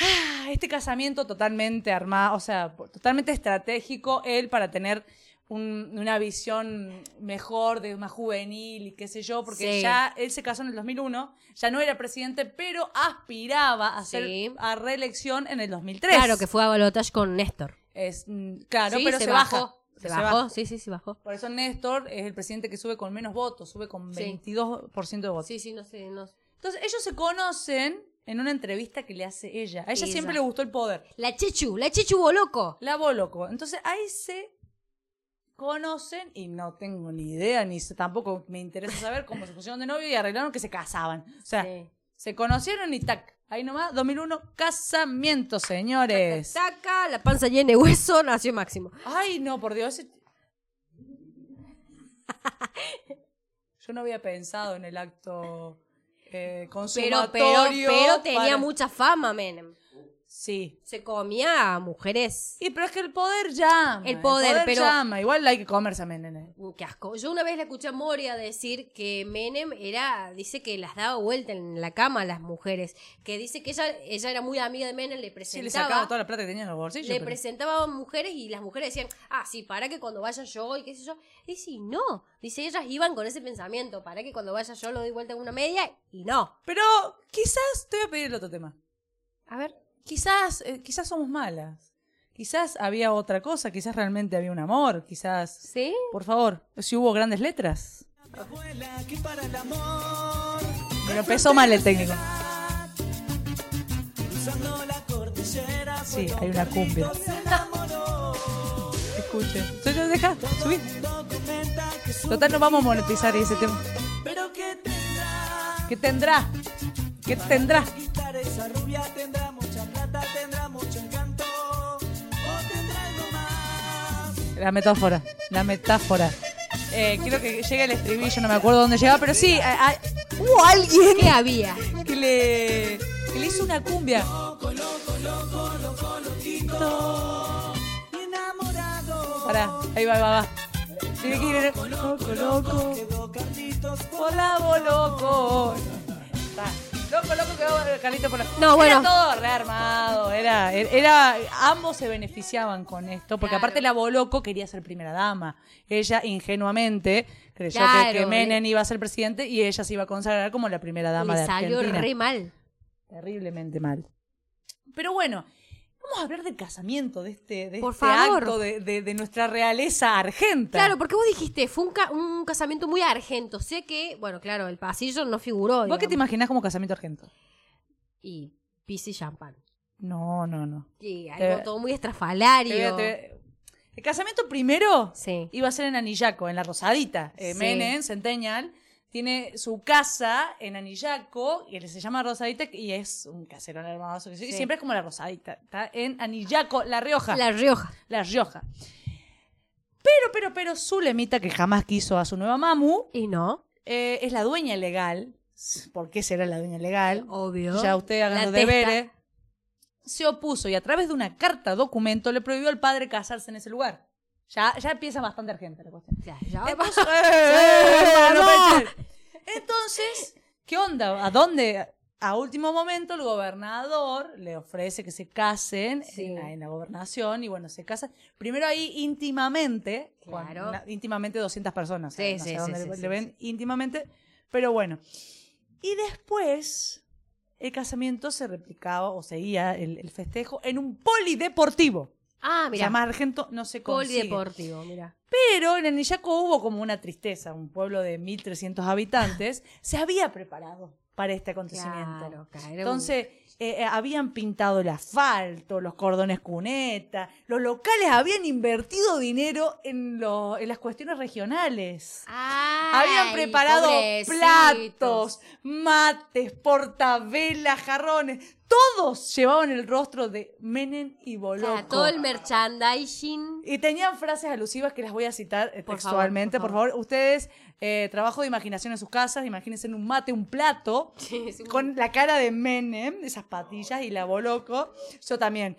Speaker 1: Ah, Este casamiento totalmente armado, o sea, totalmente estratégico él para tener un- una visión mejor, de más juvenil y qué sé yo, porque
Speaker 2: Sí.
Speaker 1: ya él se casó en el 2001, ya no era presidente, pero aspiraba a ser
Speaker 2: Sí.
Speaker 1: a reelección en el 2003.
Speaker 2: Claro que fue a balotaje con Néstor.
Speaker 1: Es, mm, claro,
Speaker 2: Sí,
Speaker 1: pero se, baja.
Speaker 2: bajó. Se,
Speaker 1: Pero
Speaker 2: bajó,
Speaker 1: baja.
Speaker 2: sí, sí, sí, bajó.
Speaker 1: Por eso Néstor es el presidente que sube con menos votos, sube con
Speaker 2: Sí.
Speaker 1: 22% de votos.
Speaker 2: Sí, sí, no sé, no sé.
Speaker 1: Entonces ellos se conocen en una entrevista que le hace ella. A ella
Speaker 2: Ella.
Speaker 1: siempre le gustó el poder.
Speaker 2: La Chechu, la Chechu Boloco.
Speaker 1: La Boloco. Entonces ahí se conocen y no tengo ni idea, ni sé- tampoco me interesa saber cómo se pusieron de novio y arreglaron que se casaban. O sea,
Speaker 2: Sí.
Speaker 1: se conocieron y tac. Ahí nomás, 2001, casamiento, señores.
Speaker 2: Saca, la panza llena de hueso, nació Máximo.
Speaker 1: Ay, no, por Dios. ese- Yo no había pensado en el acto eh,
Speaker 2: Pero,
Speaker 1: consumatorio.
Speaker 2: pero, pero tenía
Speaker 1: para-
Speaker 2: mucha fama, Menem.
Speaker 1: Sí.
Speaker 2: Se comía a mujeres.
Speaker 1: Y pero es que el poder llama.
Speaker 2: El poder, pero-
Speaker 1: llama. Igual hay que comerse a Menem.
Speaker 2: Uh, qué asco. Yo una vez le escuché a Moria decir que Menem era, dice que las daba vuelta en la cama a las mujeres, que dice que ella, ella era muy amiga de Menem, le
Speaker 1: Sí, le
Speaker 2: presentaba,
Speaker 1: sacaba toda la plata que tenía en los bolsillos.
Speaker 2: le
Speaker 1: pero-
Speaker 2: presentaba a mujeres y las mujeres decían, ah, sí, para que cuando vaya yo y qué sé yo. Y si no, dice ellas iban con ese pensamiento, para que cuando vaya yo lo doy vuelta en una media y no.
Speaker 1: Pero quizás, te voy a pedir el otro tema.
Speaker 2: A ver,
Speaker 1: Quizás, eh, quizás somos malas. Quizás había otra cosa, quizás realmente había un amor, quizás.
Speaker 2: ¿sí?
Speaker 1: Por favor, si hubo grandes letras. Pero empezó mal el técnico. Sí, hay una cumbia. Escuchen. Yo- yo- Deja, subí. Total, no vamos a monetizar ese tema.
Speaker 4: Pero que tendrá,
Speaker 1: ¿Qué tendrá? ¿Qué tendrá?
Speaker 4: quitar esa rubia tendrá mucha plata, tendrá mucho encanto, o tendrá algo más.
Speaker 1: La metáfora, la metáfora. Eh, quiero que llegue el estribillo, no me acuerdo dónde llegaba, pero sí, a- a- hubo alguien
Speaker 2: ¿Qué había?
Speaker 1: que le, que le hizo una cumbia. Pará, ahí va, ahí va, va. Tiene que ir en el- Loco, loco. Hola, loco. Va. Loco, loco quedó Carlito por la...
Speaker 2: No, bueno.
Speaker 1: Era todo rearmado. Era, era, ambos se beneficiaban con esto. Porque
Speaker 2: Claro.
Speaker 1: aparte la Boloco quería ser primera dama. Ella ingenuamente creyó que- que,
Speaker 2: Claro,
Speaker 1: Menem iba a ser presidente y ella se iba a consagrar como la primera dama de
Speaker 2: le salió
Speaker 1: Argentina.
Speaker 2: re mal.
Speaker 1: Terriblemente mal. Pero bueno, vamos a hablar del casamiento, de este, de
Speaker 2: Por
Speaker 1: este
Speaker 2: favor.
Speaker 1: acto de, de- de nuestra realeza argenta.
Speaker 2: Claro, porque vos dijiste, fue un, ca- un casamiento muy argento. Sé que, bueno, claro, el pasillo no figuró.
Speaker 1: ¿Vos qué te
Speaker 2: digamos.
Speaker 1: imaginás como casamiento argento?
Speaker 2: Y pis y champán.
Speaker 1: No, no, no.
Speaker 2: Y algo
Speaker 1: Te-
Speaker 2: todo muy estrafalario.
Speaker 1: Te voy a- te voy a- El casamiento primero
Speaker 2: Sí.
Speaker 1: iba a ser en Anillaco, en la Rosadita. Eh,
Speaker 2: Sí.
Speaker 1: Menem, Centennial, tiene su casa en Anillaco, y se llama Rosadita, y es un caserón hermoso. que sí, y
Speaker 2: Sí.
Speaker 1: siempre es como la Rosadita. Está en Anillaco, La Rioja.
Speaker 2: La Rioja.
Speaker 1: La Rioja. Pero, pero, pero, Zulemita, que jamás quiso a su nueva mamu,
Speaker 2: Y no,
Speaker 1: eh, es la dueña legal. ¿Por qué será la dueña legal?
Speaker 2: obvio.
Speaker 1: Ya usted haga
Speaker 2: La
Speaker 1: los
Speaker 2: testa.
Speaker 1: deberes. Se opuso y a través de una carta documento le prohibió al padre casarse en ese lugar. Ya, ya empieza bastante argente la cuestión.
Speaker 2: Ya, ya.
Speaker 1: Entonces,
Speaker 2: hermano!
Speaker 1: no puede ser. Entonces, ¿qué onda? ¿A dónde? A último momento el gobernador le ofrece que se casen
Speaker 2: Sí.
Speaker 1: en, la, en la gobernación y bueno, se casan. Primero ahí íntimamente, con
Speaker 2: Claro.
Speaker 1: una- íntimamente 200 personas.
Speaker 2: Sí,
Speaker 1: o sea, no
Speaker 2: sí,
Speaker 1: sé
Speaker 2: sí,
Speaker 1: dónde
Speaker 2: sí,
Speaker 1: le,
Speaker 2: sí,
Speaker 1: le ven íntimamente, pero bueno. Y después el casamiento se replicaba o seguía el, el festejo en un polideportivo.
Speaker 2: Ah, mira.
Speaker 1: Llama Argento, no se consigue.
Speaker 2: Polideportivo, mira.
Speaker 1: Pero en Anillaco hubo como una tristeza, un pueblo de 1.300 habitantes se había preparado para este acontecimiento.
Speaker 2: Claro, claro.
Speaker 1: Entonces, eh, eh, habían pintado el asfalto, los cordones cuneta, los locales habían invertido dinero en, lo- en las cuestiones regionales.
Speaker 2: Ay,
Speaker 1: Habían preparado
Speaker 2: pobrecitos.
Speaker 1: platos, mates, portavelas, jarrones. Todos llevaban el rostro de Menem y
Speaker 2: O sea,
Speaker 1: Boloco.
Speaker 2: todo el merchandising.
Speaker 1: Y tenían frases alusivas que las voy a citar eh,
Speaker 2: Por favor,
Speaker 1: textualmente,
Speaker 2: por
Speaker 1: por favor. Ustedes, eh, trabajo de imaginación en sus casas, imagínense en un mate, un plato,
Speaker 2: Sí, sí.
Speaker 1: con la cara de Menem, esas patillas y la boloco, yo también.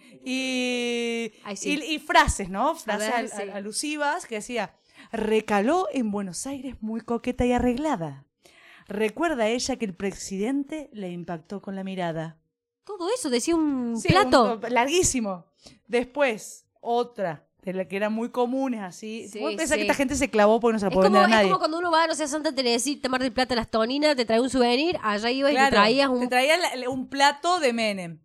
Speaker 1: Y,
Speaker 2: Ay, sí.
Speaker 1: y, y frases, ¿no? Frases
Speaker 2: ver,
Speaker 1: al-
Speaker 2: sí.
Speaker 1: al- alusivas que decía, recaló en Buenos Aires muy coqueta y arreglada. Recuerda ella que el presidente le impactó con la mirada.
Speaker 2: Todo eso, decía un
Speaker 1: Sí,
Speaker 2: plato.
Speaker 1: un- larguísimo. Después, otra, de la que eran muy comunes así.
Speaker 2: Sí,
Speaker 1: Vos
Speaker 2: sí.
Speaker 1: pensás que esta gente se clavó porque no se la
Speaker 2: Es
Speaker 1: puede
Speaker 2: como,
Speaker 1: vender a
Speaker 2: es
Speaker 1: nadie.
Speaker 2: como cuando uno va, no sé, a Santa Teresita, Mar del Plata, Las Toninas, te trae un souvenir, allá ibas y te
Speaker 1: Claro,
Speaker 2: traías un...
Speaker 1: te traían la- la- un plato de Menem.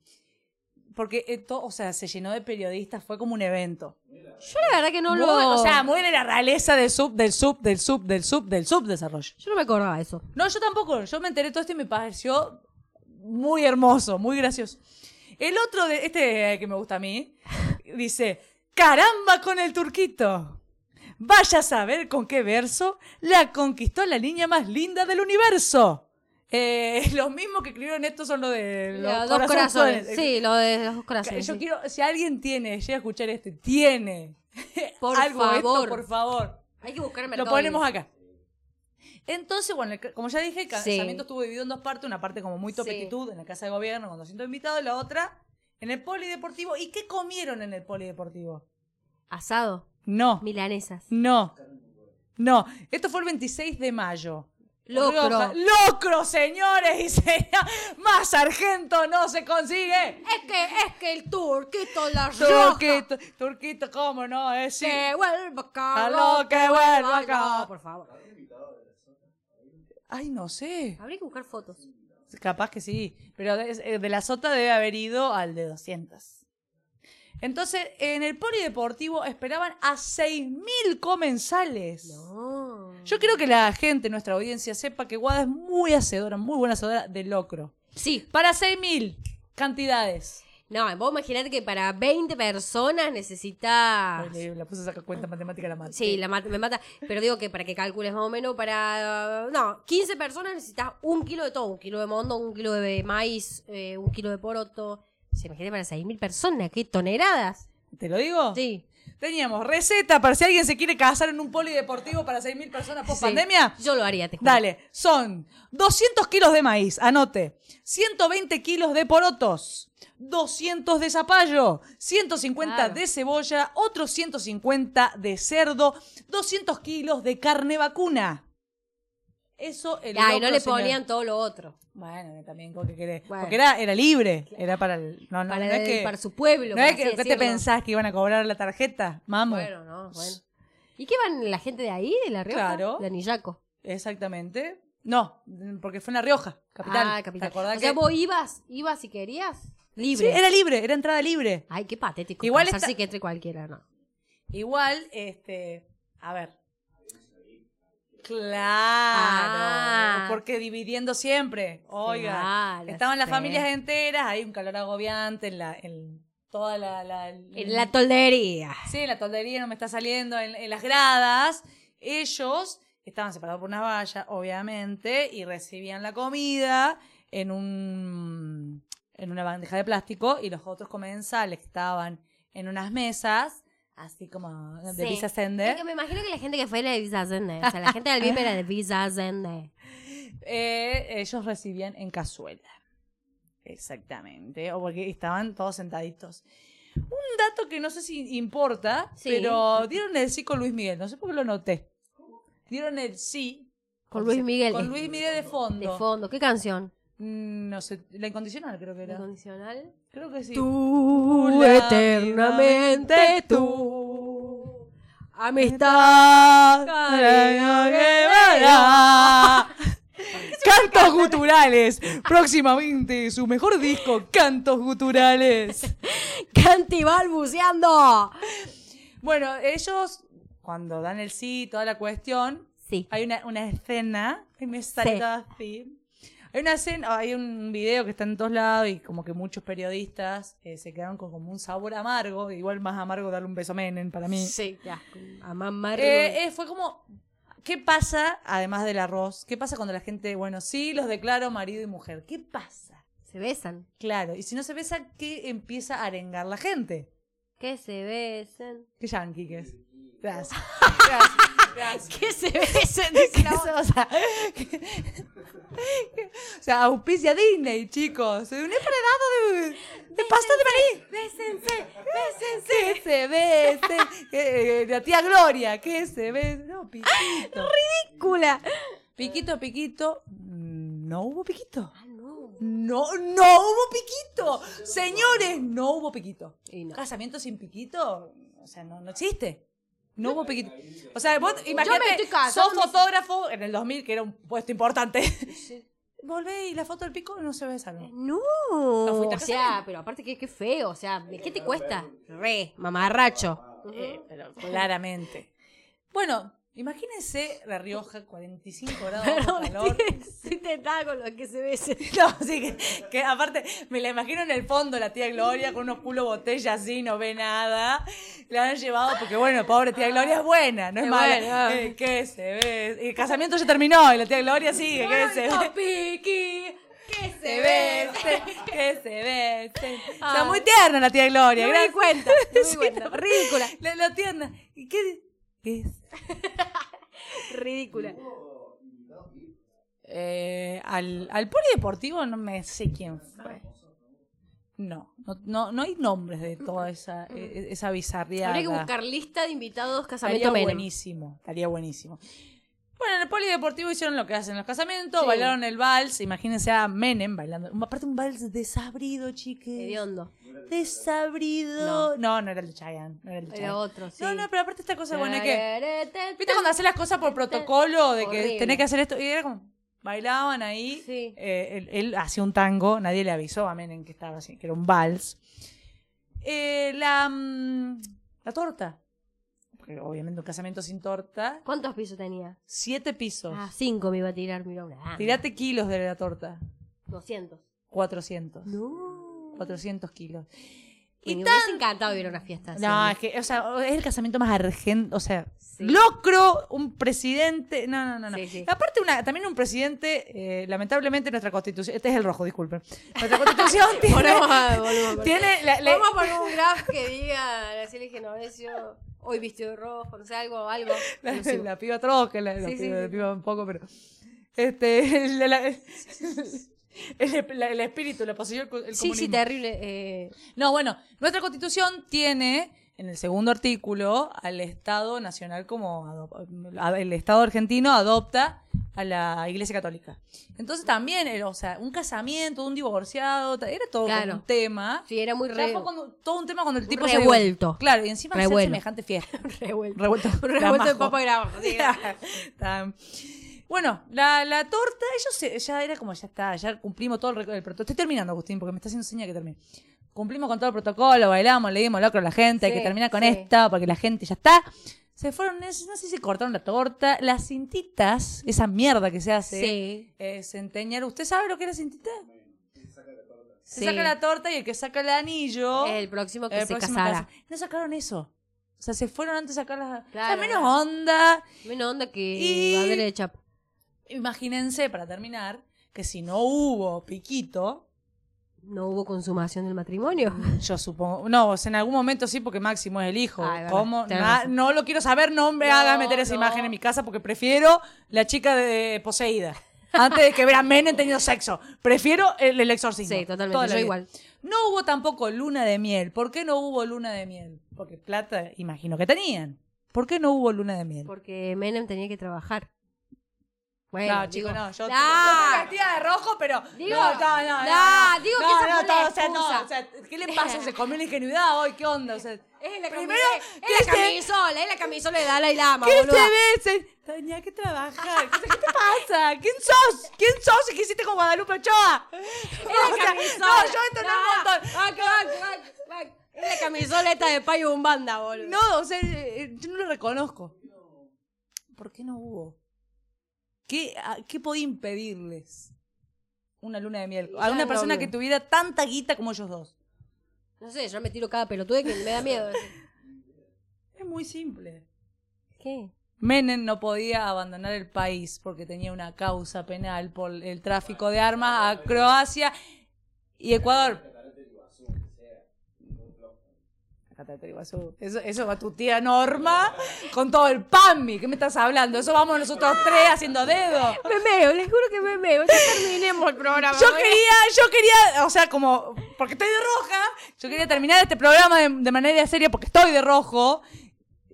Speaker 1: Porque esto, o sea, se llenó de periodistas, fue como un evento.
Speaker 2: Yo la verdad que no
Speaker 1: Muy-
Speaker 2: lo...
Speaker 1: O sea, muy de la realeza del sub, del sub, del sub, del sub, del subdesarrollo.
Speaker 2: yo no me acordaba de eso.
Speaker 1: No, yo tampoco. Yo me enteré de todo esto y me pareció muy hermoso, muy gracioso. El otro, de este eh, que me gusta a mí, dice, caramba con el turquito. Vaya a saber con qué verso la conquistó la niña más linda del universo. Eh, los mismos que escribieron esto son los de los,
Speaker 2: Los dos corazones. Sí, lo de los dos
Speaker 1: Ca-
Speaker 2: corazones.
Speaker 1: Yo
Speaker 2: sí.
Speaker 1: quiero, si alguien tiene, llega a escuchar este, tiene
Speaker 2: Por
Speaker 1: algo de esto,
Speaker 2: favor.
Speaker 1: por favor.
Speaker 2: Hay que buscar el
Speaker 1: Lo
Speaker 2: mercado
Speaker 1: ponemos
Speaker 2: libre.
Speaker 1: acá. Entonces, bueno, el ca- como ya dije, el
Speaker 2: Sí.
Speaker 1: casamiento estuvo dividido en dos partes. Una parte como muy
Speaker 2: Sí.
Speaker 1: topetitud en la casa de gobierno con 200 invitados. La otra en el polideportivo. ¿Y qué comieron en el polideportivo?
Speaker 2: Asado,
Speaker 1: No,
Speaker 2: milanesas.
Speaker 1: no, no. Esto fue el 26 de mayo.
Speaker 2: Locro.
Speaker 1: Rioja- Locro, señores y señores. Más sargento no se consigue.
Speaker 2: Es que, es que el turquito la
Speaker 1: Turquito, turquito, ¿cómo no? Es sí.
Speaker 2: vuelva acá.
Speaker 1: A lo que vuelva acá.
Speaker 2: por favor.
Speaker 1: Ay, no sé.
Speaker 2: Habría que buscar fotos.
Speaker 1: Capaz que sí, pero de, eh, de la sota debe haber ido al de 200. Entonces, en el polideportivo esperaban a 6.000 comensales.
Speaker 2: No.
Speaker 1: Yo creo que la gente, nuestra audiencia, sepa que Guada es muy hacedora, muy buena hacedora de locro.
Speaker 2: Sí.
Speaker 1: Para 6.000 cantidades.
Speaker 2: No, vos imaginate que para 20 personas necesitas...
Speaker 1: Le- La puse a sacar cuenta matemática la mata.
Speaker 2: Ah. Sí, la mata- me mata. Pero digo que para que calcules más o menos, para. No, 15 personas necesitas un kilo de todo: un kilo de mondo, un kilo de maíz, eh, un kilo de poroto. Se imagínate para 6.000 personas, qué toneladas.
Speaker 1: ¿Te lo digo?
Speaker 2: Sí.
Speaker 1: Teníamos receta para si alguien se quiere casar en un polideportivo para 6.000 personas post pandemia.
Speaker 2: Sí, Yo lo haría, te juro.
Speaker 1: Dale, son 200 kilos de maíz, anote, 120 kilos de porotos, 200 de zapallo, 150
Speaker 2: Claro.
Speaker 1: de cebolla, otros 150 de cerdo, 200 kilos de carne vacuna. Eso el
Speaker 2: Ay, no
Speaker 1: locro,
Speaker 2: le
Speaker 1: señor.
Speaker 2: ponían todo lo otro.
Speaker 1: Bueno, también, ¿con qué querés?
Speaker 2: Bueno.
Speaker 1: Porque era, era libre, era para el... No, no,
Speaker 2: para,
Speaker 1: no es
Speaker 2: el-
Speaker 1: que,
Speaker 2: para su pueblo.
Speaker 1: no
Speaker 2: por
Speaker 1: es
Speaker 2: así
Speaker 1: que- ¿qué te
Speaker 2: decirlo.
Speaker 1: pensás que iban a cobrar la tarjeta? Mamo.
Speaker 2: Bueno, no, bueno. ¿Y qué van la gente de ahí, de La Rioja?
Speaker 1: Claro.
Speaker 2: De Anillaco.
Speaker 1: Exactamente. No, porque fue en La Rioja, capital.
Speaker 2: Ah, capital.
Speaker 1: ¿Te acordás
Speaker 2: o sea,
Speaker 1: que-
Speaker 2: vos ibas, ibas si querías. Libre.
Speaker 1: Sí, era libre, era entrada libre.
Speaker 2: Ay, qué patético.
Speaker 1: Igual
Speaker 2: Igual pensarse
Speaker 1: está-
Speaker 2: que entre cualquiera, no.
Speaker 1: Igual, este, a ver. Claro,
Speaker 2: Ah.
Speaker 1: porque dividiendo siempre. Oiga,
Speaker 2: Claro,
Speaker 1: estaban las
Speaker 2: sí.
Speaker 1: familias enteras, hay un calor agobiante en la en toda la, la-
Speaker 2: En la toldería.
Speaker 1: Sí, en la toldería no me está saliendo, en, en las gradas. Ellos estaban separados por unas vallas, obviamente, y recibían la comida en un en una bandeja de plástico y los otros comensales que estaban en unas mesas, así como de
Speaker 2: Sí.
Speaker 1: Visa
Speaker 2: Porque
Speaker 1: Sender.
Speaker 2: me imagino que la gente que fue era de Visa Zende. O sea, la gente del VIP era de Visa Zende.
Speaker 1: eh, ellos recibían en cazuela. Exactamente, o porque estaban todos sentaditos. Un dato que no sé si importa,
Speaker 2: Sí.
Speaker 1: pero dieron el sí con Luis Miguel, no sé por qué lo noté. Dieron el sí
Speaker 2: Con Luis Miguel.
Speaker 1: Con Luis Miguel de
Speaker 2: De
Speaker 1: fondo.
Speaker 2: fondo. ¿Qué canción?
Speaker 1: Mm, no sé, la incondicional creo que era.
Speaker 2: Incondicional.
Speaker 1: Creo que sí.
Speaker 2: Tú
Speaker 1: eternamente
Speaker 2: tú.
Speaker 1: Amistad.
Speaker 4: Cantos guturales. Próximamente su mejor disco, Cantos guturales.
Speaker 2: Cantival buceando.
Speaker 1: Bueno, ellos cuando dan el sí, toda la cuestión,
Speaker 2: Sí.
Speaker 1: Hay una, una escena, y me sale
Speaker 2: Sí.
Speaker 1: todo así. Hay una escena, hay un video que está en todos lados y como que muchos periodistas eh, se quedaron con como un sabor amargo, igual más amargo darle un beso a Menem para mí.
Speaker 2: Sí, ya. A mamar.
Speaker 1: Eh, eh, fue como, ¿qué pasa además del arroz? ¿Qué pasa cuando la gente, bueno, sí, los declaro marido y mujer? ¿Qué pasa?
Speaker 2: Se besan.
Speaker 1: Claro, y si no se besa, ¿qué empieza a arengar la gente?
Speaker 2: Que se besen.
Speaker 1: Qué yanqui que es. Gracias.
Speaker 2: Que se besen. dice la voz.
Speaker 1: o sea, que- o sea, auspicia Disney, chicos. Un emparedado de, de pasta de maní.
Speaker 2: Bésense.
Speaker 1: Que se ve, este, eh, la tía Gloria, que se ve. No, piquito.
Speaker 2: ¡Ah, Ridícula.
Speaker 1: Piquito, piquito. Mm, No hubo piquito.
Speaker 2: Ah, no.
Speaker 1: No, no hubo piquito. Señores, no hubo piquito.
Speaker 2: Y no.
Speaker 1: Casamiento sin piquito, o sea, no, no existe. No hubo piquito. O sea, vos imagínate,
Speaker 2: estoy casando,
Speaker 1: sos
Speaker 2: me-
Speaker 1: fotógrafo en el 2000, que era un puesto importante. Volvé y la foto del pico no se ve salvo.
Speaker 2: No.
Speaker 1: No fuiste a
Speaker 2: o sea, pero aparte que qué feo. O sea, ¿qué te cuesta? Re, mamarracho. Eh,
Speaker 1: pero claramente. Bueno, imagínense La Rioja, 45 grados de
Speaker 2: Perdón,
Speaker 1: calor.
Speaker 2: estoy- estoy tentada con lo que se besen.
Speaker 1: No, sí, que, que aparte me la imagino en el fondo la tía Gloria con unos culo botella así, no ve nada. La han llevado porque, bueno, pobre tía Gloria es buena, no es
Speaker 2: Es
Speaker 1: mala.
Speaker 2: buena. ah.
Speaker 1: Eh, ¿Qué se ve? El casamiento ya terminó y la tía Gloria sigue. ¿Qué se ve?
Speaker 2: Piqui, que
Speaker 1: Se ve, que se ve. Está
Speaker 2: Ah.
Speaker 1: muy tierna la tía Gloria.
Speaker 2: No me di
Speaker 1: gracias.
Speaker 2: cuenta, no me di
Speaker 1: Sí,
Speaker 2: cuenta.
Speaker 1: no.
Speaker 2: Ridícula,
Speaker 1: La, la tierna. ¿Y qué? qué es?
Speaker 2: ridícula.
Speaker 1: Eh, al, al polideportivo no me sé quién fue. No, no, no, no hay nombres de toda esa, eh, esa bizarría.
Speaker 2: Habría que buscar lista de invitados
Speaker 1: Estaría
Speaker 2: casamiento Menem.
Speaker 1: buenísimo, estaría buenísimo. Bueno, en el polideportivo hicieron lo que hacen en los casamientos,
Speaker 2: Sí.
Speaker 1: bailaron el vals, imagínense a Menem bailando. Aparte un vals desabrido, chiques.
Speaker 2: Hediondo.
Speaker 1: Desabrido. No, no, era el de Chayanne, no era el de
Speaker 2: Era
Speaker 1: Chayanne.
Speaker 2: otro, sí.
Speaker 1: No, no, pero aparte esta cosa buena que... ¿Viste
Speaker 2: ¿Viste
Speaker 1: cuando haces las cosas por protocolo de que
Speaker 2: Horrible.
Speaker 1: tenés que hacer esto? Y era como, bailaban ahí.
Speaker 2: Sí.
Speaker 1: eh, él, él hacía un tango, nadie le avisó a Menem que estaba así, que era un vals. Eh, la, mm, la torta. Porque obviamente un casamiento sin torta.
Speaker 2: ¿Cuántos pisos tenía?
Speaker 1: Siete pisos.
Speaker 2: Ah, cinco me iba a tirar, mira una. Ah,
Speaker 1: Tirate kilos de la torta.
Speaker 2: 200.
Speaker 1: 400.
Speaker 2: Mm. No.
Speaker 1: 400 kilos.
Speaker 2: Me
Speaker 1: Y
Speaker 2: hubiese encantado ir a una fiesta así.
Speaker 1: No, es que, o sea, es el casamiento más argentino, o sea,
Speaker 2: Sí.
Speaker 1: locro, un presidente, no, no, no, no.
Speaker 2: Sí, sí.
Speaker 1: Aparte, una, también un presidente, eh, lamentablemente nuestra constitución, este es el rojo, disculpen, nuestra constitución tiene,
Speaker 2: Volvemos a- volvemos a poner.
Speaker 1: tiene la- la-
Speaker 2: Vamos a poner un graph que diga Araceli Genovesio, hoy vistió de rojo, no sé, algo, algo.
Speaker 1: la,
Speaker 2: Inclusivo.
Speaker 1: la piba atroz, que la, la
Speaker 2: Sí, sí,
Speaker 1: piba,
Speaker 2: sí.
Speaker 1: la piba un poco, pero, este, la- la- el, la- el espíritu, la poseyó el, co-
Speaker 2: Sí,
Speaker 1: el
Speaker 2: sí,
Speaker 1: comunismo.
Speaker 2: terrible. eh,
Speaker 1: No, bueno, nuestra constitución tiene en el segundo artículo al Estado Nacional como adop- a- el Estado argentino adopta a la Iglesia Católica. Entonces también, era, o sea, un casamiento, un divorciado, ta- era todo
Speaker 2: Claro.
Speaker 1: un tema.
Speaker 2: sí, era muy
Speaker 1: O sea,
Speaker 2: re,
Speaker 1: fue cuando- todo un tema cuando el tipo se
Speaker 2: revuelto.
Speaker 1: divor- Claro, y encima hacer
Speaker 2: Revuelo.
Speaker 1: semejante fiesta.
Speaker 2: revuelto.
Speaker 1: Revuelto.
Speaker 2: Revuelto de
Speaker 1: Gramajo.
Speaker 2: papa y gramajo, sí.
Speaker 1: Tam. Bueno, la, la torta, ellos se- ya era como ya está, ya cumplimos todo el, rec- el protocolo. Estoy terminando, Agustín, porque me está haciendo seña que termine. cumplimos con todo el protocolo, bailamos, le dimos locro a la gente, hay
Speaker 2: Sí,
Speaker 1: que terminar con
Speaker 2: sí.
Speaker 1: esta porque la gente ya está. Se fueron, no sé si se cortaron la torta, las cintitas, esa mierda que se hace.
Speaker 2: Sí.
Speaker 1: Eh, centenial. ¿Usted sabe lo que es la cintita? Se
Speaker 2: Sí.
Speaker 1: saca la torta y el que saca el anillo.
Speaker 2: El próximo que
Speaker 1: el
Speaker 2: se
Speaker 1: próximo
Speaker 2: casara.
Speaker 1: casa. No sacaron eso. O sea, se fueron antes a sacar las. o sea,
Speaker 2: Claro.
Speaker 1: menos onda.
Speaker 2: Menos onda que
Speaker 1: Y-
Speaker 2: va a derecha.
Speaker 1: Imagínense, para terminar, que si no hubo piquito,
Speaker 2: No hubo consumación del matrimonio.
Speaker 1: yo supongo. No, o sea, en algún momento sí, porque Máximo es el hijo.
Speaker 2: Ah, es verdad.
Speaker 1: ¿Cómo?
Speaker 2: Tenés
Speaker 1: Na-
Speaker 2: razón.
Speaker 1: no lo quiero saber, no me
Speaker 2: No,
Speaker 1: haga meter esa
Speaker 2: no.
Speaker 1: imagen en mi casa porque prefiero la chica de poseída. Antes de que ver a Menem tenido sexo. Prefiero el, el exorcismo.
Speaker 2: Sí, totalmente.
Speaker 1: Toda la
Speaker 2: Yo
Speaker 1: vida.
Speaker 2: igual.
Speaker 1: No hubo tampoco luna de miel. ¿Por qué no hubo luna de miel? Porque plata, imagino que tenían. ¿Por qué no hubo luna de miel?
Speaker 2: Porque Menem tenía que trabajar. Bueno,
Speaker 1: No,
Speaker 2: digo-
Speaker 1: chico,
Speaker 2: ¡Ah!
Speaker 1: no. Yo,
Speaker 2: Nah.
Speaker 1: yo me vestía de rojo, pero.
Speaker 2: Digo,
Speaker 1: no, no, no,
Speaker 2: nah,
Speaker 1: no,
Speaker 2: digo que
Speaker 1: no,
Speaker 2: esa
Speaker 1: no,
Speaker 2: fue
Speaker 1: todo,
Speaker 2: la
Speaker 1: o sea, no,
Speaker 2: excusa.
Speaker 1: o sea, ¿Qué le pasa? ¿Se comió la ingenuidad hoy? ¿Qué onda? O sea,
Speaker 2: Es la
Speaker 1: Primero,
Speaker 2: primero
Speaker 1: ¿qué
Speaker 2: es la
Speaker 1: se-
Speaker 2: camisola, es la camisola de Dalai Lama,
Speaker 1: ¿Qué
Speaker 2: boluda.
Speaker 1: se ve? Se- Tenía que trabajar. ¿Qué te pasa? ¿Quién sos? ¿Quién sos? ¿Y qué hiciste con Guadalupe Ochoa?
Speaker 2: Es
Speaker 1: O
Speaker 2: la
Speaker 1: sea,
Speaker 2: camisola.
Speaker 1: no, yo esto no,
Speaker 2: Ah,
Speaker 1: un montón.
Speaker 2: Back, back, back, back. ah, Es la camisola esta de Payo Umbanda, boludo.
Speaker 1: No, o sea, eh, yo no lo reconozco. ¿Por qué no hubo? ¿Qué, a- qué podía impedirles una luna de miel? A
Speaker 2: Ya,
Speaker 1: una
Speaker 2: no,
Speaker 1: persona
Speaker 2: obvio.
Speaker 1: que tuviera tanta guita como ellos dos.
Speaker 2: No sé, yo me tiro cada pelotude que me da miedo.
Speaker 1: Es muy simple.
Speaker 2: ¿Qué?
Speaker 1: Menem no podía abandonar el país porque tenía una causa penal por el tráfico de armas a Croacia y Ecuador. Catarata de Iguazú. Eso, eso va tu tía Norma con todo el PAMI. ¿Qué me estás hablando? Eso vamos nosotros tres haciendo dedo.
Speaker 2: Me meo, les juro que me meo. Ya terminemos el programa.
Speaker 1: Yo quería, yo quería, o sea, como, porque estoy de roja, yo quería terminar este programa de, de manera seria porque estoy de rojo.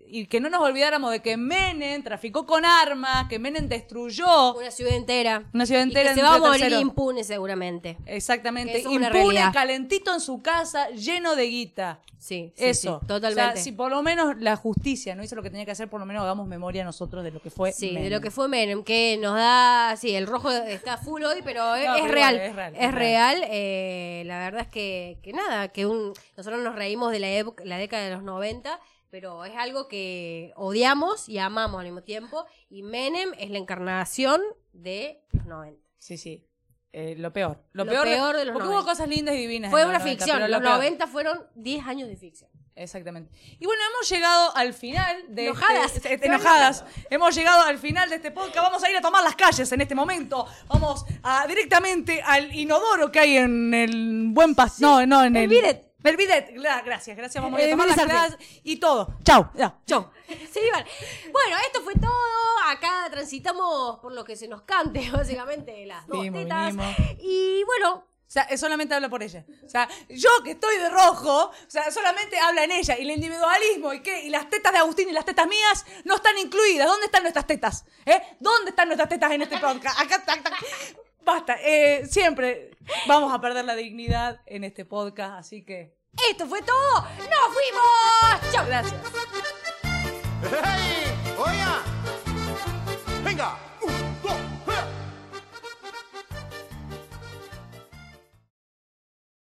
Speaker 1: Y que no nos olvidáramos de que Menem traficó con armas, que Menem destruyó
Speaker 2: Una ciudad entera.
Speaker 1: Una ciudad entera
Speaker 2: Y que se
Speaker 1: entre
Speaker 2: va a morir
Speaker 1: terceros.
Speaker 2: impune seguramente.
Speaker 1: Exactamente.
Speaker 2: Eso es una
Speaker 1: impune,
Speaker 2: realidad.
Speaker 1: calentito en su casa, lleno de guita.
Speaker 2: Sí, sí,
Speaker 1: Eso.
Speaker 2: sí, totalmente.
Speaker 1: O sea, si por lo menos la justicia no hizo lo que tenía que hacer, por lo menos hagamos memoria nosotros de lo que fue.
Speaker 2: Sí, de
Speaker 1: Menem.
Speaker 2: lo que fue Menem, que nos da, sí, el rojo está full hoy, pero es,
Speaker 1: pero
Speaker 2: es
Speaker 1: igual,
Speaker 2: real,
Speaker 1: es real,
Speaker 2: es
Speaker 1: es
Speaker 2: real. eh, la verdad es que, que nada, que un, nosotros nos reímos de la, época, la década de los 90, pero es algo que odiamos y amamos al mismo tiempo, y Menem es la encarnación de los 90.
Speaker 1: Sí, sí. Eh, lo peor. Lo,
Speaker 2: Lo
Speaker 1: peor,
Speaker 2: peor de los
Speaker 1: Porque
Speaker 2: 90.
Speaker 1: hubo cosas lindas y divinas.
Speaker 2: Fue
Speaker 1: en
Speaker 2: una
Speaker 1: los 90,
Speaker 2: ficción,
Speaker 1: pero lo
Speaker 2: los
Speaker 1: peor.
Speaker 2: 90 fueron 10 años de ficción.
Speaker 1: Exactamente. Y bueno, hemos lado al final de
Speaker 2: Enojadas.
Speaker 1: este- este- enojadas. Hemos llegado al final de este podcast. Vamos a ir a tomar las calles en este momento. Vamos a- directamente al inodoro que hay en el buen pas. No, no, en el.
Speaker 2: el bidet. Eh,
Speaker 1: El bidet. Gra- Gracias, gracias. Vamos a ir a
Speaker 2: El
Speaker 1: tomar las
Speaker 2: bidet
Speaker 1: calles y todo. Chau. ya.
Speaker 2: Chau. Sí, vale. Bueno, esto fue todo. Acá transitamos por lo que se nos cante, básicamente, las dos
Speaker 1: Vimos,
Speaker 2: tetas.
Speaker 1: vinimos.
Speaker 2: Y bueno,
Speaker 1: O sea, eh, solamente habla por ella. O sea, yo que estoy de rojo, o sea, solamente habla en ella. Y el individualismo, ¿y qué? Y las tetas de Agustín y las tetas mías no están incluidas. ¿Dónde están nuestras tetas? ¿Eh? ¿Dónde están nuestras tetas en este podcast? Acá, tac, tac. Basta. Eh, siempre vamos a perder la dignidad en este podcast, así que...
Speaker 2: Esto fue todo. ¡Nos fuimos! ¡Chao!
Speaker 1: Gracias.